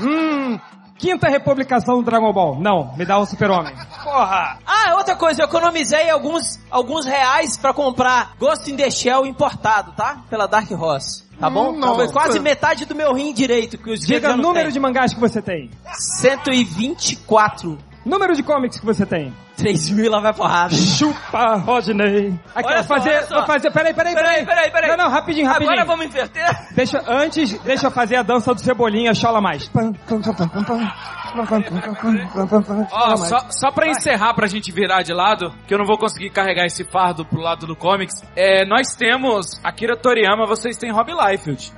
A: Hum, quinta republicação do Dragon Ball, não, me dá o Super-Homem. Porra!
C: Ah, outra coisa, eu economizei alguns, alguns reais pra comprar Ghost in the Shell importado, tá? Pela Dark Horse. Tá bom?
A: Hum, nossa.
C: Foi quase metade do meu rim direito que os
A: Diga
C: dias eu
A: o
C: não
A: número
C: tenho.
A: de mangás que você tem.
C: 124.
A: Número de comics que você tem.
C: 3 mil lá vai porrada.
A: Chupa, Rodney. Aqui,
J: Olha só,
A: eu vou fazer,
J: olha só.
A: vou fazer, peraí, peraí,
J: Peraí,
A: peraí.
J: peraí, peraí.
A: Não, não, rapidinho, rapidinho.
J: Agora vamos inverter?
A: Deixa, antes, deixa eu fazer a dança do Cebolinha, chola mais.
F: Ó, só, só pra encerrar, pra gente virar de lado, que eu não vou conseguir carregar esse fardo pro lado do comics, é, nós temos Akira Toriyama, vocês têm Rob Liefeld.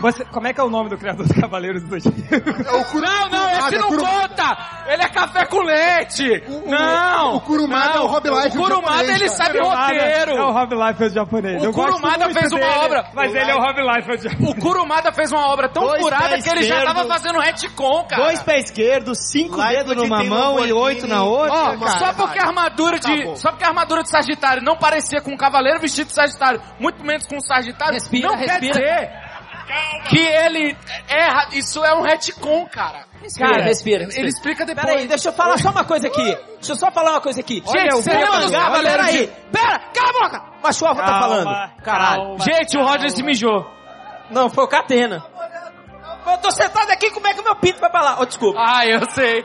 A: Você, como é que é o nome do criador do Cavaleiros do Zodíaco?
F: não, não, esse não conta! Ele é café com leite! não!
A: o Kurumada
F: não.
A: é o Rob Liefeld
F: O Kurumada,
A: japonês,
F: ele
A: cara.
F: sabe
A: Kurumada
F: roteiro!
A: é o Rob Liefeld japonês.
F: O
A: Eu gosto
F: Kurumada
A: muito
F: fez uma
A: dele,
F: obra.
A: Mas ele é o Rob Liefeld japonês.
F: O Kurumada fez uma obra Tá tão
A: Dois
F: curada
A: pés
F: que ele já
A: esquerdo.
F: tava fazendo retcon, cara.
K: Dois pés esquerdos, cinco dedos numa
F: tem
K: mão
F: Lamborghini.
K: e oito na outra.
F: Ó,
K: cara.
F: só porque a armadura de,
K: Acabou.
F: só porque a armadura de Sagitário não parecia com um cavaleiro vestido de Sagitário, muito menos com um Sagitário,
C: Respira,
F: não
C: respira.
F: quer dizer que ele erra, isso é um retcon, cara.
C: Respira,
F: cara,
C: respira, respira.
F: Ele explica depois.
C: Peraí, deixa eu falar só uma coisa aqui. Deixa eu só falar uma coisa aqui.
F: Olha,
C: Gente,
F: eu
C: você
F: vou
C: lembra do
F: fazer.
C: Cavaleiro
F: Olha,
C: aí?
F: gente.
C: Pera, cala a boca! Machuava tá
F: Calma,
C: falando. Caralho.
F: calma, Gente, o Roger se mijou.
C: Não, foi o Catena. Eu tô sentado aqui, como é que o meu pinto vai pra lá? Ô, desculpa.
F: Ah, eu sei.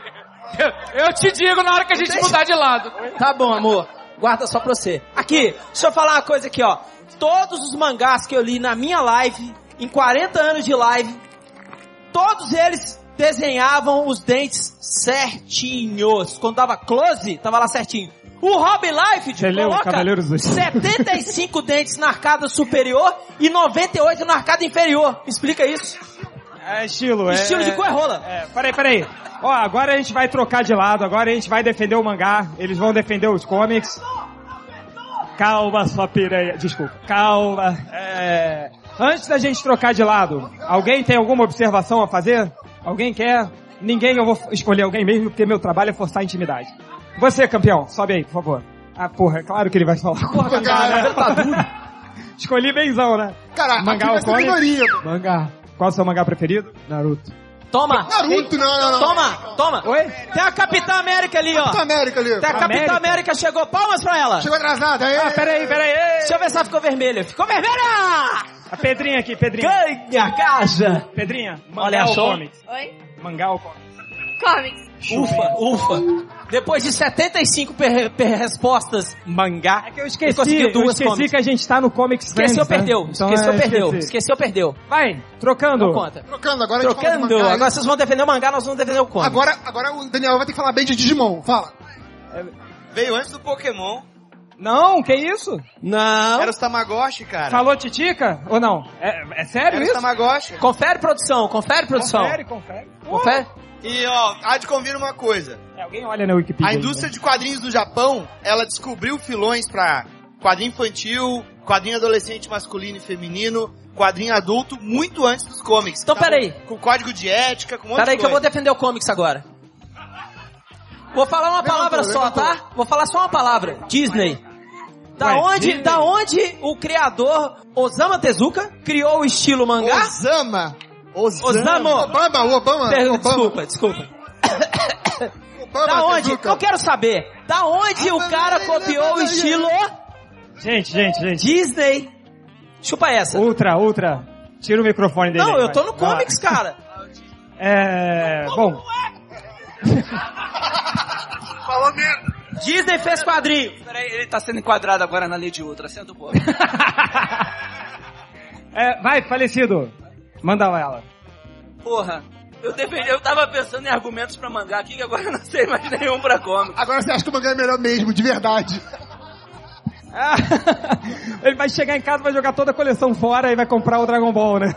F: Eu, te digo na hora que a gente mudar de lado.
C: Tá bom, amor. Guarda só pra você. Aqui, deixa eu falar uma coisa aqui, ó. Todos os mangás que eu li na minha live, em 40 anos de live, todos eles desenhavam os dentes certinhos. Quando dava close, tava lá certinho. O Rob Life
A: leu
C: coloca
A: Cavaleiros do-
C: 75 dentes na arcada superior e 98 na arcada inferior. Me Explica isso.
A: É estilo, é.
C: Estilo de coerrola.
A: É, peraí, peraí. Ó, agora a gente vai trocar de lado, agora a gente vai defender o mangá, eles vão defender os comics. Calma, sua piranha. Desculpa. Calma. É... Antes da gente trocar de lado, alguém tem alguma observação a fazer? Alguém quer? Ninguém, eu vou escolher alguém mesmo, porque meu trabalho é forçar a intimidade. Você, campeão, sobe aí, por favor. Ah, porra, é claro que ele vai falar. Porra,
B: cara,
A: tá duro. Escolhi benzão, né?
B: Cara, aqui
A: mangá ou
B: vai ser
A: comic?
B: minoria.
A: Mangá. Qual é o seu mangá preferido? Naruto.
C: Toma!
B: Naruto, não, não, não.
C: Toma, toma!
A: Oi?
C: Tem a Capitã América ali, ó!
B: Capitã América ali.
C: Tem a Capitã
B: América.
C: América, chegou, palmas pra ela!
B: Chegou atrasada. Aí,
A: Ah, peraí, peraí. ei.
C: Deixa eu ver se ela ficou vermelha. Ficou vermelha!
A: A Pedrinha aqui, Pedrinha.
C: Ganha, caixa!
A: Pedrinha,
C: Olha,
A: mangá ou
C: achou?
A: comics?
I: Oi?
A: Mangá ou comics?
I: Comics.
C: Ufa, ufa! Depois de 75 per, per respostas, mangá.
A: É que eu
C: ele
A: esqueci,
C: conseguiu
A: eu
C: duas
A: esqueci
C: comics.
A: que a gente tá no Comics Friends,
C: Esqueceu,
A: né?
C: perdeu.
A: Então,
C: esqueceu,
A: é,
C: perdeu.
A: esqueci.
C: Esqueceu, perdeu.
A: Vai, trocando.
C: Não conta.
B: Trocando, agora a gente fala do
C: Trocando.
B: mangá,
C: Agora
B: né?
C: vocês vão defender o mangá, nós vamos defender o comic.
B: Agora, agora o Daniel vai ter que falar bem de Digimon. Fala.
G: Veio antes do Pokémon.
A: Não, que isso? Não.
G: Era os Tamagotchi, cara.
A: Falou titica ou não? É, é sério
G: Era os
A: isso?
G: Tamagotchi.
C: Confere, produção. Confere, produção.
A: Confere, confere.
C: Confere.
G: E, ó, há de convir uma coisa.
A: É, alguém olha na Wikipedia. né?
G: A indústria de quadrinhos do Japão, ela descobriu filões pra quadrinho infantil, quadrinho adolescente masculino e feminino, quadrinho adulto, muito antes dos comics.
C: Então,
G: Tá
C: peraí.
G: bom? Com código de ética, com um monte
C: Peraí
G: de
C: que eu vou
G: coisa.
C: defender o comics agora. Vou falar uma palavra só, tá? Vou falar só uma palavra. Disney. Da
G: Ué,
C: onde,
G: Disney?
C: da onde o criador Osama Tezuka criou o estilo mangá?
B: Osama.
C: Osama. Osama.
B: Obama, Obama.
C: Per-
B: Obama.
C: Desculpa, desculpa. da
B: Obama,
C: onde?
B: Tezuka. Ah,
C: Eu quero saber. Da onde o cara
B: é
C: copiou o estilo
A: Gente, gente, gente.
C: Disney? Chupa essa.
A: Ultra, ultra. Tira o microfone dele.
C: Não,
A: aí,
C: eu tô
A: vai.
C: no
A: é Vai lá.
C: comics, cara.
A: É. Bom,
J: Falou mesmo.
C: Disney fez quadrinho.
J: Peraí, ele tá sendo enquadrado agora na lei de outra. Senta um o povo.
A: é, vai, falecido. Manda ela.
J: Porra. Eu, defendi, eu tava pensando em argumentos pra mangá aqui, que agora eu não sei mais nenhum pra comics.
B: Agora você acha que o mangá é melhor mesmo, de verdade.
A: Ele vai chegar em casa, vai jogar toda a coleção fora e vai comprar o Dragon Ball, né?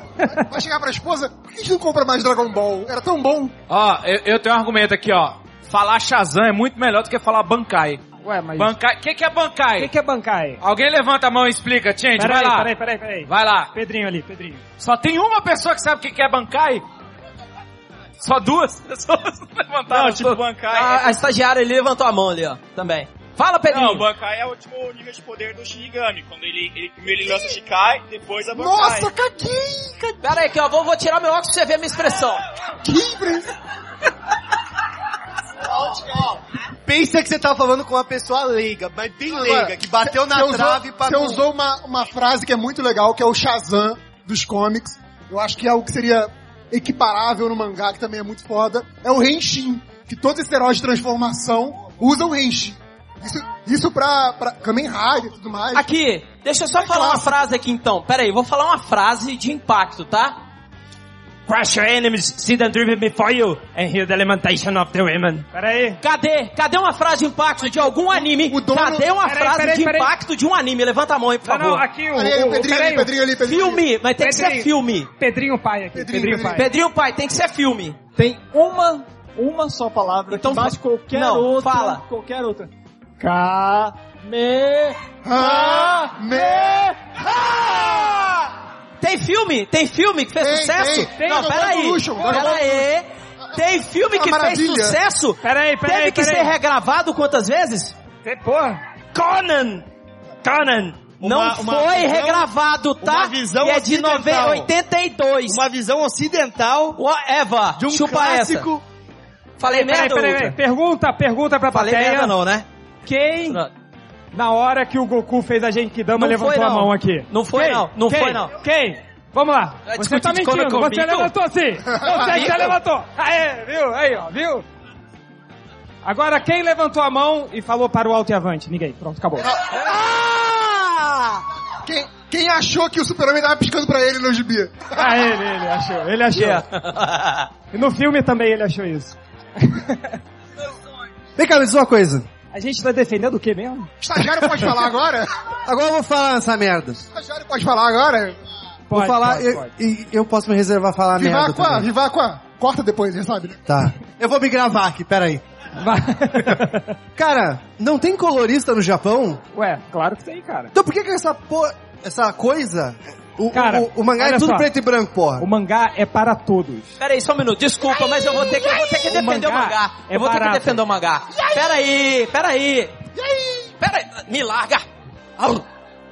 B: Vai chegar pra esposa, por que a gente não compra mais Dragon Ball? Era tão bom.
F: Ó, eu, eu tenho um argumento aqui, ó. Falar Shazam é muito melhor do que falar Bankai.
A: Ué, mas.
F: Bankai. O que, que é Bankai?
A: O que, que é Bankai?
F: Alguém levanta a mão e explica, gente. Vai
A: Peraí,
F: lá.
A: peraí, peraí, peraí.
F: Vai lá.
A: Pedrinho ali, Pedrinho.
F: Só tem uma pessoa que sabe o que, que é Bankai? Só duas pessoas levantaram.
G: Não, tipo,
F: Bankai.
C: A, a estagiária ali levantou a mão ali, ó. Também. Fala,
O: Não,
C: Pedrinho.
O: o Bankai é o último nível de poder do Shinigami. Quando ele, ele primeiro ele lança o Shikai, depois
G: é
O: a Bankai.
B: Nossa, caguei! caguei.
C: Pera aí que ó, vou, vou tirar meu óculos pra você ver a minha expressão.
N: Pensa que você tá falando com uma pessoa leiga, mas bem leiga,
B: Agora,
N: que bateu na
B: você usou-
N: trave e
B: Você
N: pagou.
B: usou uma, uma frase que é muito legal, que é o Shazam dos comics. Eu acho que é algo que seria equiparável no mangá, que também é muito foda. É o Henshin, que todos esses heróis de transformação usam o Henshin. Isso, isso pra, pra Kamen Rider e tudo mais.
C: Aqui, deixa eu só falar uma frase aqui então. Pera aí, vou falar uma frase de impacto, tá? Crush your enemies, see them driven before you, and hear the lamentation of the women.
A: Peraí.
C: Cadê? Cadê uma frase de impacto de algum anime?
B: dono-
C: Cadê uma
A: Peraí,
C: frase
A: peraí,
C: de
A: peraí.
C: impacto de um anime? Levanta a mão aí, por
A: Não,
C: favor.
A: não, aqui o.
B: Peraí,
A: o-
B: o Pedrinho ali,
A: peraí, o-
B: Pedrinho ali, Pedrinho.
C: Filme, mas tem que ser
A: Pedrinho.
C: filme.
A: Pedrinho pai aqui. Pedrinho,
B: Pedrinho,
A: pai.
C: Pedrinho Pai, tem que ser filme.
P: Tem uma, uma só palavra
C: Então
P: que bate
C: fa-
P: qualquer
C: não,
P: outra.
C: fala.
P: Qualquer outra. Ka me ha me
C: Tem filme? Tem filme que fez
B: Tem,
C: sucesso?
B: tem, tem.
C: não,
B: Dragon Ball
C: peraí.
B: Evolution, Dragon Ball
C: Peraí. Tem filme
B: Uma
C: que fez
B: maravilha.
C: sucesso?
A: Peraí, peraí,
C: Teve que
A: peraí.
C: ser regravado quantas vezes?
A: Tem- Porra.
C: Conan! Conan!
G: Uma-
C: não
G: uma
C: foi
G: visão-
C: regravado, tá?
G: uma visão
C: e é de
G: ocidental.
C: 90, 82.
G: Uma visão ocidental
C: Eva,
G: de um
C: chupa
G: clássico
C: essa. Falei
A: Peraí,
C: merda,
A: peraí,
C: Ultra?
A: peraí. Pergunta, pergunta pra
C: Falei
A: plateia.
C: merda não, né?
A: Quem, na hora que o Goku fez a Genkidama,
C: Não
A: levantou
C: foi,
A: a
C: não.
A: mão aqui?
C: Não foi,
A: Quem?
C: não. É Não
A: Quem?
C: foi, não.
A: Quem? Vamos lá. Você
P: discutir
A: tá
P: de
A: mentindo.
P: comigo?
A: Você levantou sim. Você que
P: Amigo?
A: você levantou.
B: é,
A: Aê, viu? Aí, ó, viu? Agora, quem levantou a mão e falou para o alto e avante? Ninguém. Pronto, acabou.
B: Ah, Quem, quem achou que o super-homem tava piscando pra ele no gibi?
A: Ah, ele, ele achou, ele achou. E no filme também ele achou isso.
Q: Vem cá, me diz uma coisa.
A: A gente tá defendendo o quê mesmo?
B: Estagiário pode falar agora?
Q: Agora eu vou falar essa merda.
B: Estagiário pode falar agora?
Q: vou falar, eu, e- eu posso me reservar a falar Tá merda
B: Vivacqua,
Q: também.
B: Vivacqua. Corta depois, já sabe, né?
Q: Tá. Eu vou me gravar aqui, peraí. cara, não tem colorista no Japão?
A: Ué, claro que tem, cara.
Q: Então por que que essa por... essa coisa... O,
A: Cara,
Q: o, o mangá é
A: olha
Q: tudo
A: só.
Q: preto e branco, porra.
A: O mangá é para todos.
C: Peraí, só um minuto, desculpa, mas eu vou ter que, eu vou ter que
A: O
C: defender o
A: mangá
C: mangá.
A: é
C: eu vou ter que
A: barato.
C: defender o mangá. Peraí, peraí. Peraí, me larga. Au.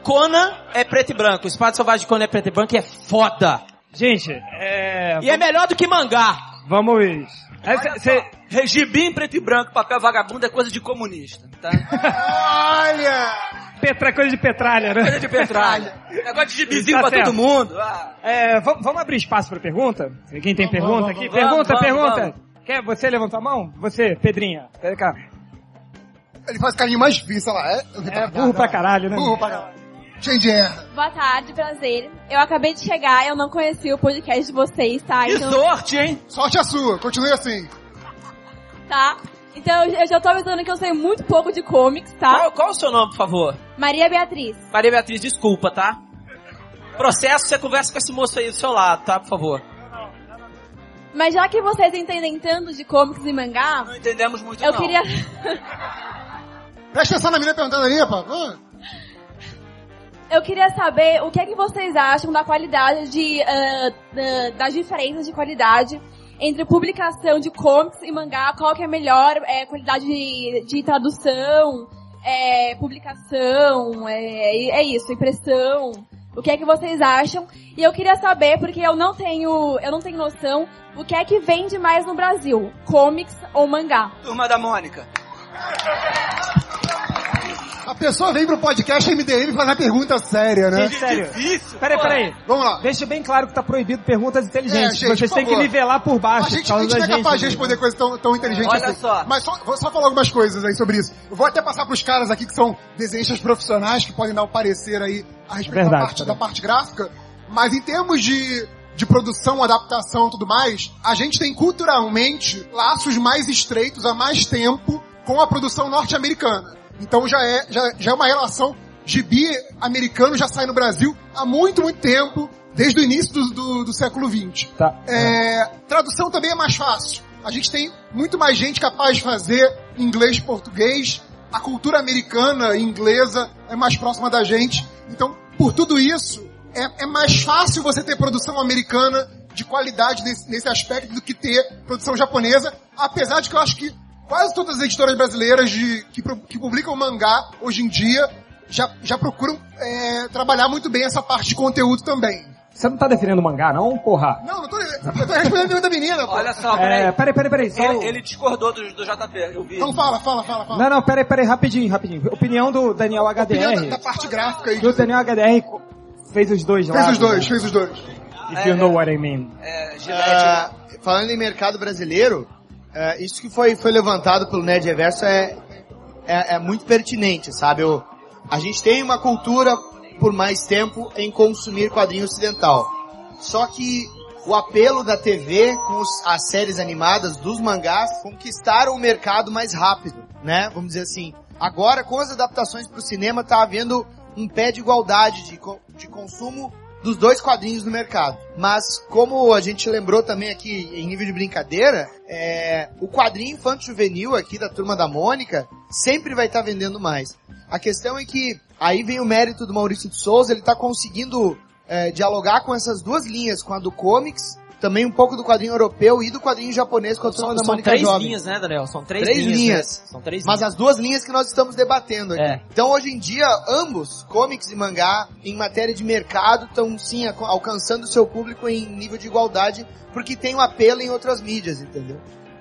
C: Conan é preto e branco, Espada Selvagem de Conan é preto e branco e é foda.
A: Gente, é...
C: E é melhor do que mangá.
A: Vamos ver.
J: Gibi em preto e branco, papel vagabundo é coisa de comunista, tá?
B: Olha!
A: Petra, coisa de petralha, né?
J: Coisa de petralha. É Negócio de
B: Tá
J: gibizinho pra
A: tá certo.
J: todo mundo. Ah,
A: É, vamos, vamos abrir espaço para pergunta? Quem tem pergunta
J: vamos,
A: aqui?
J: vamos,
A: pergunta,
J: vamos,
A: pergunta.
J: vamos.
A: Quer, você levantou a mão? Você, Pedrinha. Vem cá.
B: Ele faz o caminho mais difícil, olha lá. É, é
A: burro pra caralho, né?
Q: é.
B: Burro pra caralho. Gente, é...
R: Boa tarde, prazer. Eu acabei de chegar, eu não conheci o podcast de vocês, tá?
B: Que sorte, hein? Sorte a sua, continue assim.
R: Tá? Então eu já tô avisando que eu sei muito pouco de comics, tá?
C: Qual, qual o seu nome, por favor?
R: Maria Beatriz.
C: Maria Beatriz, desculpa, tá? Processo, você conversa com esse moço aí do seu lado, tá, por favor.
R: Mas já que vocês entendem tanto de comics e mangá... Não
J: entendemos muito,
R: Eu
J: não.
R: queria...
B: Presta atenção na menina perguntando ali, pá. Hum.
R: Eu queria saber o que é que vocês acham da qualidade de... ah, da- das diferenças de qualidade entre publicação de comics e mangá, qual que é a melhor é, qualidade de, de tradução, é, publicação, é, é isso, impressão. O que é que vocês acham? E eu queria saber, porque eu não tenho, eu não tenho noção, o que é que vende mais no Brasil, comics ou mangá?
J: Turma da Mônica.
B: A pessoa vem pro podcast MDM e faz uma pergunta séria, né?
A: Gente, é sério.
J: Difícil,
A: peraí,
B: pô.
A: peraí.
B: Vamos lá.
A: Deixa bem claro que tá proibido perguntas
B: É,
A: inteligentes.
B: gente,
A: Vocês
B: por
A: têm que
B: favor.
A: nivelar por baixo.
B: A gente,
A: por
B: a
A: causa
B: gente não
A: da
B: é capaz de
A: gente. né?
B: responder coisas tão, tão inteligentes
A: Olha
B: assim.
A: só.
B: Mas só, vou só falar algumas coisas aí sobre isso. Eu vou até passar pros caras aqui que são desenhistas profissionais que podem dar o parecer aí a respeito da,
A: Verdade,
B: parte,
A: cara.
B: da parte gráfica. Mas em termos de, de produção, adaptação e tudo mais, a gente tem culturalmente laços mais estreitos há mais tempo com a produção norte-americana. Então já é, já, já é uma relação gibi americano já sai no Brasil há muito, muito tempo, desde o início do, do, do século XX.
A: Tá.
B: É, tradução também é mais fácil. A gente tem muito mais gente capaz de fazer inglês e português. A cultura americana e inglesa é mais próxima da gente. Então, por tudo isso, é, é mais fácil você ter produção americana de qualidade nesse, nesse aspecto do que ter produção japonesa. Apesar de que eu acho que quase todas as editoras brasileiras de- que, pro- que publicam mangá hoje em dia já, já procuram é, trabalhar muito bem essa parte de conteúdo também.
A: Você não tá defendendo mangá, não, porra?
B: Não, não tô, eu tô respondendo a pergunta da menina, pô.
J: Olha só, peraí.
A: É, peraí, peraí, peraí. Só...
J: Ele, ele discordou do, do JP, eu vi.
B: Então fala, fala, fala, fala.
A: Não, não, peraí, peraí, rapidinho, rapidinho. Opinião do Daniel
B: Opinião
A: HDR.
B: da, da parte gráfica aí. tipo assim.
A: O Daniel HDR co- fez os dois lá. né?
B: Fez os dois, fez os dois.
A: If
J: É,
A: you know what I mean.
G: Ah, falando em mercado brasileiro, ah, isso que foi, foi levantado pelo Nerd Reverso é, é, é muito pertinente, sabe? Eu, a gente tem uma cultura por mais tempo em consumir quadrinho ocidental. Só que o apelo da TV com os- as séries animadas dos mangás conquistaram o mercado mais rápido, né? Vamos dizer assim. Agora, com as adaptações para o cinema, tá havendo um pé de igualdade de, co- de consumo dos dois quadrinhos no mercado. Mas, como a gente lembrou também aqui em nível de brincadeira, é, o quadrinho infanto-juvenil aqui da Turma da Mônica sempre vai estar vendendo mais. A questão é que aí vem o mérito do Maurício de Souza, ele está conseguindo é, dialogar com essas duas linhas, com a do comics, também um pouco do quadrinho europeu e do quadrinho japonês com a Turma da
C: São
G: Mônica
C: três
G: Jovem.
C: linhas, né, Daniel? São três,
G: Três
C: linhas.
G: linhas.
C: né? São três
G: Mas
C: linhas.
G: as duas linhas que nós estamos debatendo aqui.
C: É.
G: Então, hoje em dia, ambos, comics e mangá, em matéria de mercado, estão sim aco- alcançando seu público em nível de igualdade, porque tem um apelo em outras mídias, entendeu?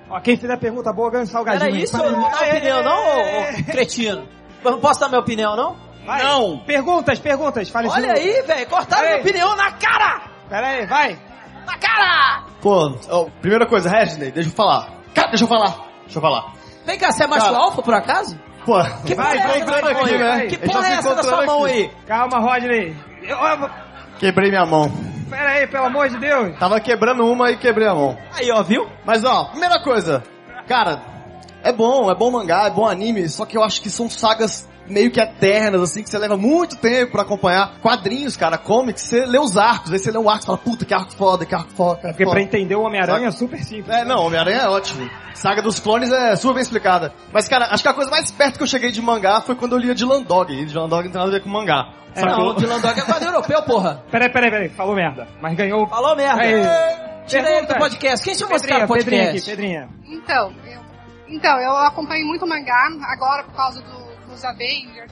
A: Ó, quem fizer pergunta boa ganha um salgadinho.
C: Era
A: hein?
C: isso?
A: Fala-
C: Eu não dou opinião, não,
A: É.
C: ô, ô, cretino? Eu não posso dar minha opinião, não? né? Tá
A: Vai. Perguntas, perguntas. Fale
C: Olha aí, velho, cortaram minha opinião na cara!
A: Pera aí, vai.
C: Na cara!
G: Pô, ó, primeira coisa, Reginald, deixa eu falar. Cara, deixa eu falar. Deixa eu falar.
C: Vem cá, você é macho
G: Cara.
C: alfa, por acaso?
G: Pô,
C: Que porra é essa da sua mão aí? Que porra é essa da sua mão aí?
A: Calma, Rodney. Eu- eu-
G: Quebrei minha mão.
A: Pera aí, pelo amor de Deus.
G: Tava quebrando uma e quebrei a mão. Aí, ó, viu? Mas, ó, primeira coisa. Cara, é bom, é bom mangá, é bom anime, só que eu acho que são sagas meio que eternas, assim, que você leva muito tempo pra acompanhar. Quadrinhos, cara, comics, você lê os arcos, aí você lê um arco e fala, puta, que arco foda, que arco foda, que arco
A: Porque
G: foda.
A: pra entender o Homem-Aranha é super simples.
G: É, não, Homem-Aranha é ótimo. Saga dos Clones é super bem explicada. Mas, cara, acho que a coisa mais perto que eu cheguei de mangá foi quando eu lia Dylan Dog. E Dylan Dog não tem nada a ver com mangá.
A: É, não, Dylan
C: Dog é quadrinho europeu, porra.
A: Peraí, peraí, peraí. Falou merda. Mas ganhou...
C: Falou merda. Tira ele do podcast. Quem chamou esse cara do podcast?
A: Pedrinha aqui, Pedrinha.
S: Então, eu, então, eu acompanho muito mangá, agora por causa do, dos Avengers,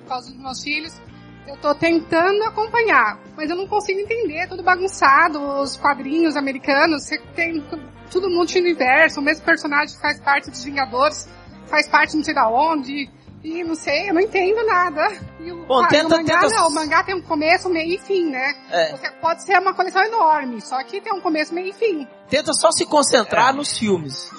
S: por causa dos meus filhos. Eu tô tentando acompanhar, mas eu não consigo entender, é tudo bagunçado, os quadrinhos americanos, você tem tu- tudo multiverso, o mesmo personagem faz parte dos Vingadores, faz parte não sei da onde, e não sei, eu não entendo nada. E o,
C: Bom,
S: ah,
C: tenta-
S: o mangá
C: tenta-
S: não, o mangá tem um começo, meio e fim, né?
C: É.
S: Você pode ser uma coleção enorme, só que tem um começo, meio e fim.
C: Tenta só se concentrar nos filmes.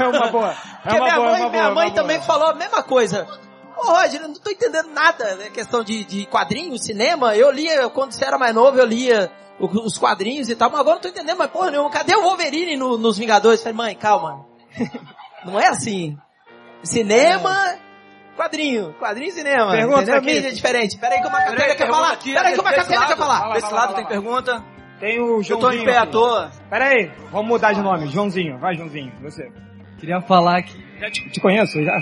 A: É uma boa.
C: Porque
S: uma
C: minha
S: boa, é
C: mãe,
S: uma
C: minha
S: boa, é
C: mãe
S: uma
C: também falou a mesma coisa. Ô, Roger, eu não tô entendendo nada. É questão de, de quadrinhos, cinema. Eu lia, quando você era mais novo, eu lia o- os quadrinhos e tal, mas agora eu não tô entendendo mais porra nenhuma. Cadê o Wolverine no- nos Vingadores? Eu Falei, mãe, calma. Não é assim. Cinema, quadrinho. Quadrinho e cinema.
T: Pergunta
C: entendeu?
T: aqui.
C: Mídia é diferente. Pera aí que uma catena quer falar. Pera aí que uma catena quer falar.
T: Desse lado tem pergunta.
A: Tem o Joãozinho.
T: Eu tô em pé à toa.
A: Pera aí, vamos mudar de nome. Joãozinho, vai Joãozinho, você.
U: Queria falar que.
A: Já te, te conheço, já?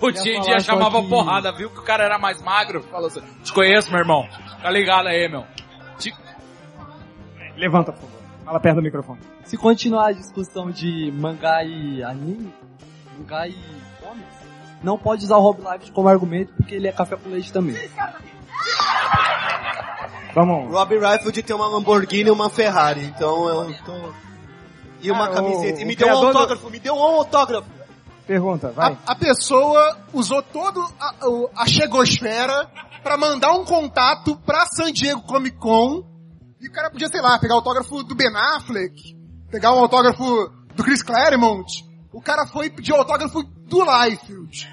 F: O Tim Dia chamava porrada, viu que o cara era mais magro. Falou assim, te conheço, meu irmão. Tá ligado aí, meu. Te-
A: Levanta, por favor. Fala perto do microfone.
U: Se continuar a discussão de mangá e anime, mangá e comics, não pode usar o Rob Live como argumento porque ele é café com leite também.
A: Vamos.
N: Rob Rifle tem uma Lamborghini e uma Ferrari, então eu tô... E uma
B: Ah, o-
N: camiseta. E
B: o
N: me deu um
B: criador do-
N: autógrafo, Ah, me deu um autógrafo.
A: Pergunta, vai.
B: A pessoa usou toda a, o- a chegosfera pra mandar um contato pra San Diego Comic Con. E o cara podia, sei lá, pegar o autógrafo do Ben Affleck, pegar um autógrafo do Chris Claremont. O cara foi e pediu autógrafo do Liefeld.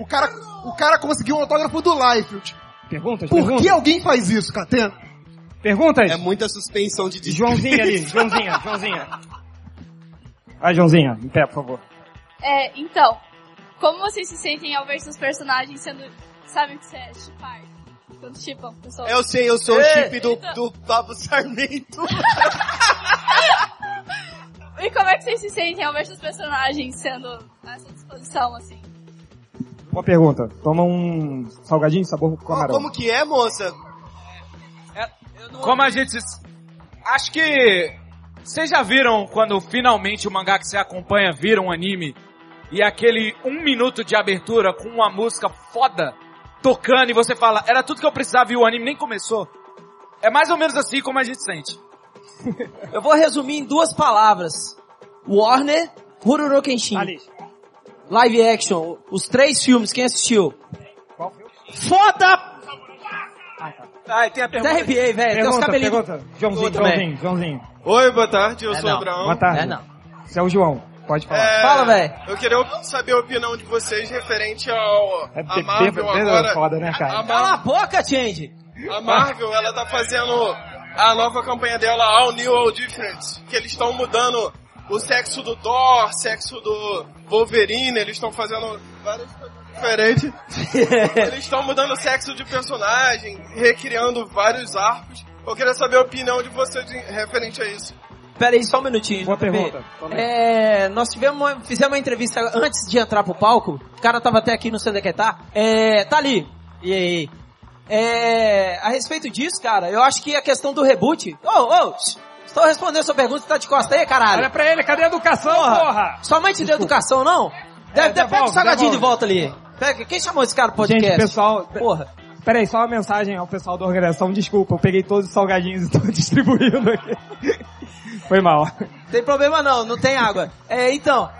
B: O cara, o cara conseguiu um autógrafo do Liefeld.
A: Perguntas,
B: Por
A: perguntas.
B: que alguém faz isso, Catena?
A: Perguntas?
N: É muita suspensão de descrença.
A: Joãozinho ali, Joãozinho, Joãozinho. Vai, Joãozinho, em pé, por favor.
I: É, então, como vocês se sentem ao ver seus personagens sendo. Sabem o que é chipar? Quando chipam, então, pessoal.
N: Eu sei, eu sou o
A: É,
I: Ei!
N: chip do, do Pablo Sarmento.
I: E como é que vocês se sentem ao ver seus personagens sendo a essa disposição, assim?
A: Uma pergunta. Toma um salgadinho sabor camarão.
N: Como que é, moça?
C: É,
F: Como a gente. Acho que. Vocês já viram quando finalmente o mangá que você acompanha vira um anime e aquele um minuto de abertura com uma música foda tocando e você fala, era tudo que eu precisava e o anime nem começou? É mais ou menos assim como a gente sente.
C: Eu vou resumir em duas palavras. Warner, Rurouni Kenshin. Live action. Os três filmes, quem assistiu?
A: Qual tá.
C: Foda!
T: Ah, e tem a pergunta.
C: Até arrepiei, velho. Tem uns
A: Pergunta,
C: cabelinhos.
A: pergunta. Joãozinho,
C: Eu também.
A: Joãozinho, Joãozinho.
D: Oi, boa tarde, eu
A: É,
D: sou
A: não.
D: o É. Abraão.
A: Boa tarde.
D: É,
A: Você é o João. Pode falar.
D: Eu queria op- saber a opinião de vocês referente ao
A: É
D: a
A: bebê,
D: Marvel agora.
A: é foda, né, cara?
D: A Mar-
C: Cala a boca, Change!
D: a Marvel, ela tá fazendo a nova campanha dela, All New, All Different, que eles estão mudando o sexo do Thor, sexo do Wolverine, eles estão fazendo várias coisas diferentes. eles estão mudando o sexo de personagem, recriando vários arcos. Eu queria saber a opinião de vocês em- referente a isso.
C: Pera aí, só um minutinho. Boa
D: pergunta. Também.
C: É, nós tivemos uma- fizemos uma entrevista antes de entrar pro palco. O cara tava até aqui no Sedequetá. É, tá ali. E aí? É, a respeito disso, cara, eu acho que a questão do reboot... Ô, ô, shh, estou respondendo sua pergunta, você tá de costa aí, caralho?
A: Olha pra ele, cadê a educação, porra? É,
C: Sua mãe te deu educação, não? Deve, deve- pega o
A: devolve,
C: salgadinho de
A: devolve.
C: volta ali. Pega, quem chamou esse cara pro podcast?
A: Gente, pessoal...
C: Porra.
A: Peraí, só uma mensagem ao pessoal da organização. Desculpa, eu peguei todos os salgadinhos e tô distribuindo aqui. Foi mal.
C: Tem problema não, não tem água. É, então...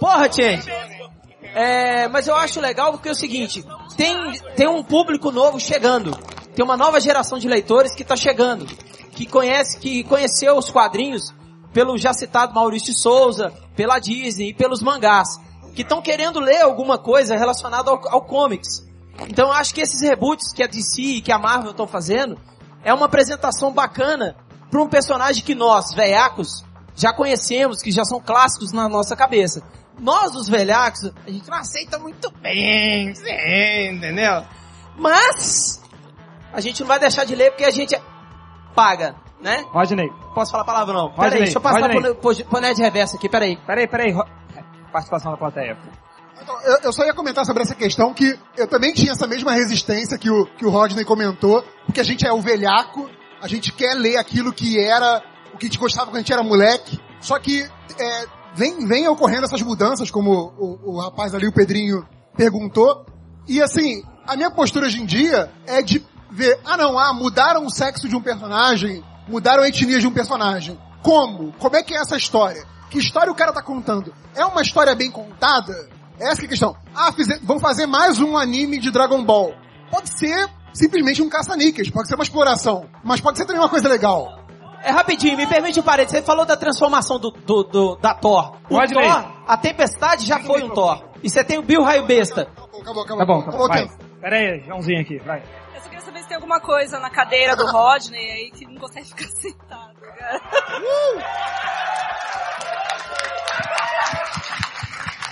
C: Porra, Tchê. É, mas eu acho legal porque é o seguinte, tem, tem um público novo chegando. Tem uma nova geração de leitores que está chegando. Que conhece, que conheceu os quadrinhos pelo já citado Maurício Souza, pela Disney e pelos mangás. Que estão querendo ler alguma coisa relacionada ao, ao comics. Então eu acho que esses reboots que a DC e que a Marvel estão fazendo é uma apresentação bacana para um personagem que nós, velhacos, já conhecemos, que já são clássicos na nossa cabeça. Nós, os velhacos, a gente não aceita muito bem, né? sim, entendeu? Mas a gente não vai deixar de ler porque a gente é- paga, né?
A: Rodney.
C: Posso falar palavrão?
A: Rodney,
C: Peraí, deixa eu passar
A: Rodney.
C: pro, pro, pro Nerd Reverso aqui, peraí.
A: Peraí, peraí. Participação da plateia.
B: Eu, eu só ia comentar sobre essa questão que eu também tinha essa mesma resistência que o, que o Rodney comentou, porque a gente é o velhaco, a gente quer ler aquilo que era, o que a gente gostava quando a gente era moleque, só que é, vem, vem ocorrendo essas mudanças, como o, o rapaz ali, o Pedrinho, perguntou, e assim, a minha postura hoje em dia é de ver, ah não, ah, mudaram o sexo de um personagem, mudaram a etnia de um personagem. Como? Como é que é essa história? Que história o cara tá contando? É uma história bem contada? Essa que é a questão. Ah, fize- vão fazer mais um anime de Dragon Ball. Pode ser simplesmente um caça-níqueis, pode ser uma exploração, mas pode ser também uma coisa legal.
C: É rapidinho, me permite um parede. Você falou da transformação do, do, do- da Thor. O
B: Pode
C: Thor,
B: ler.
C: a tempestade já foi um Thor. E você tem o Bill Raio Besta.
B: Acabou, acabou.
A: Tá bom, tá bom.
B: Acabou o
A: Vai.
B: tempo.
A: Peraí, Joãozinho aqui, vai.
V: Eu só queria saber se tem alguma coisa na cadeira do Rodney aí que não consegue ficar sentado, cara.
N: Uh!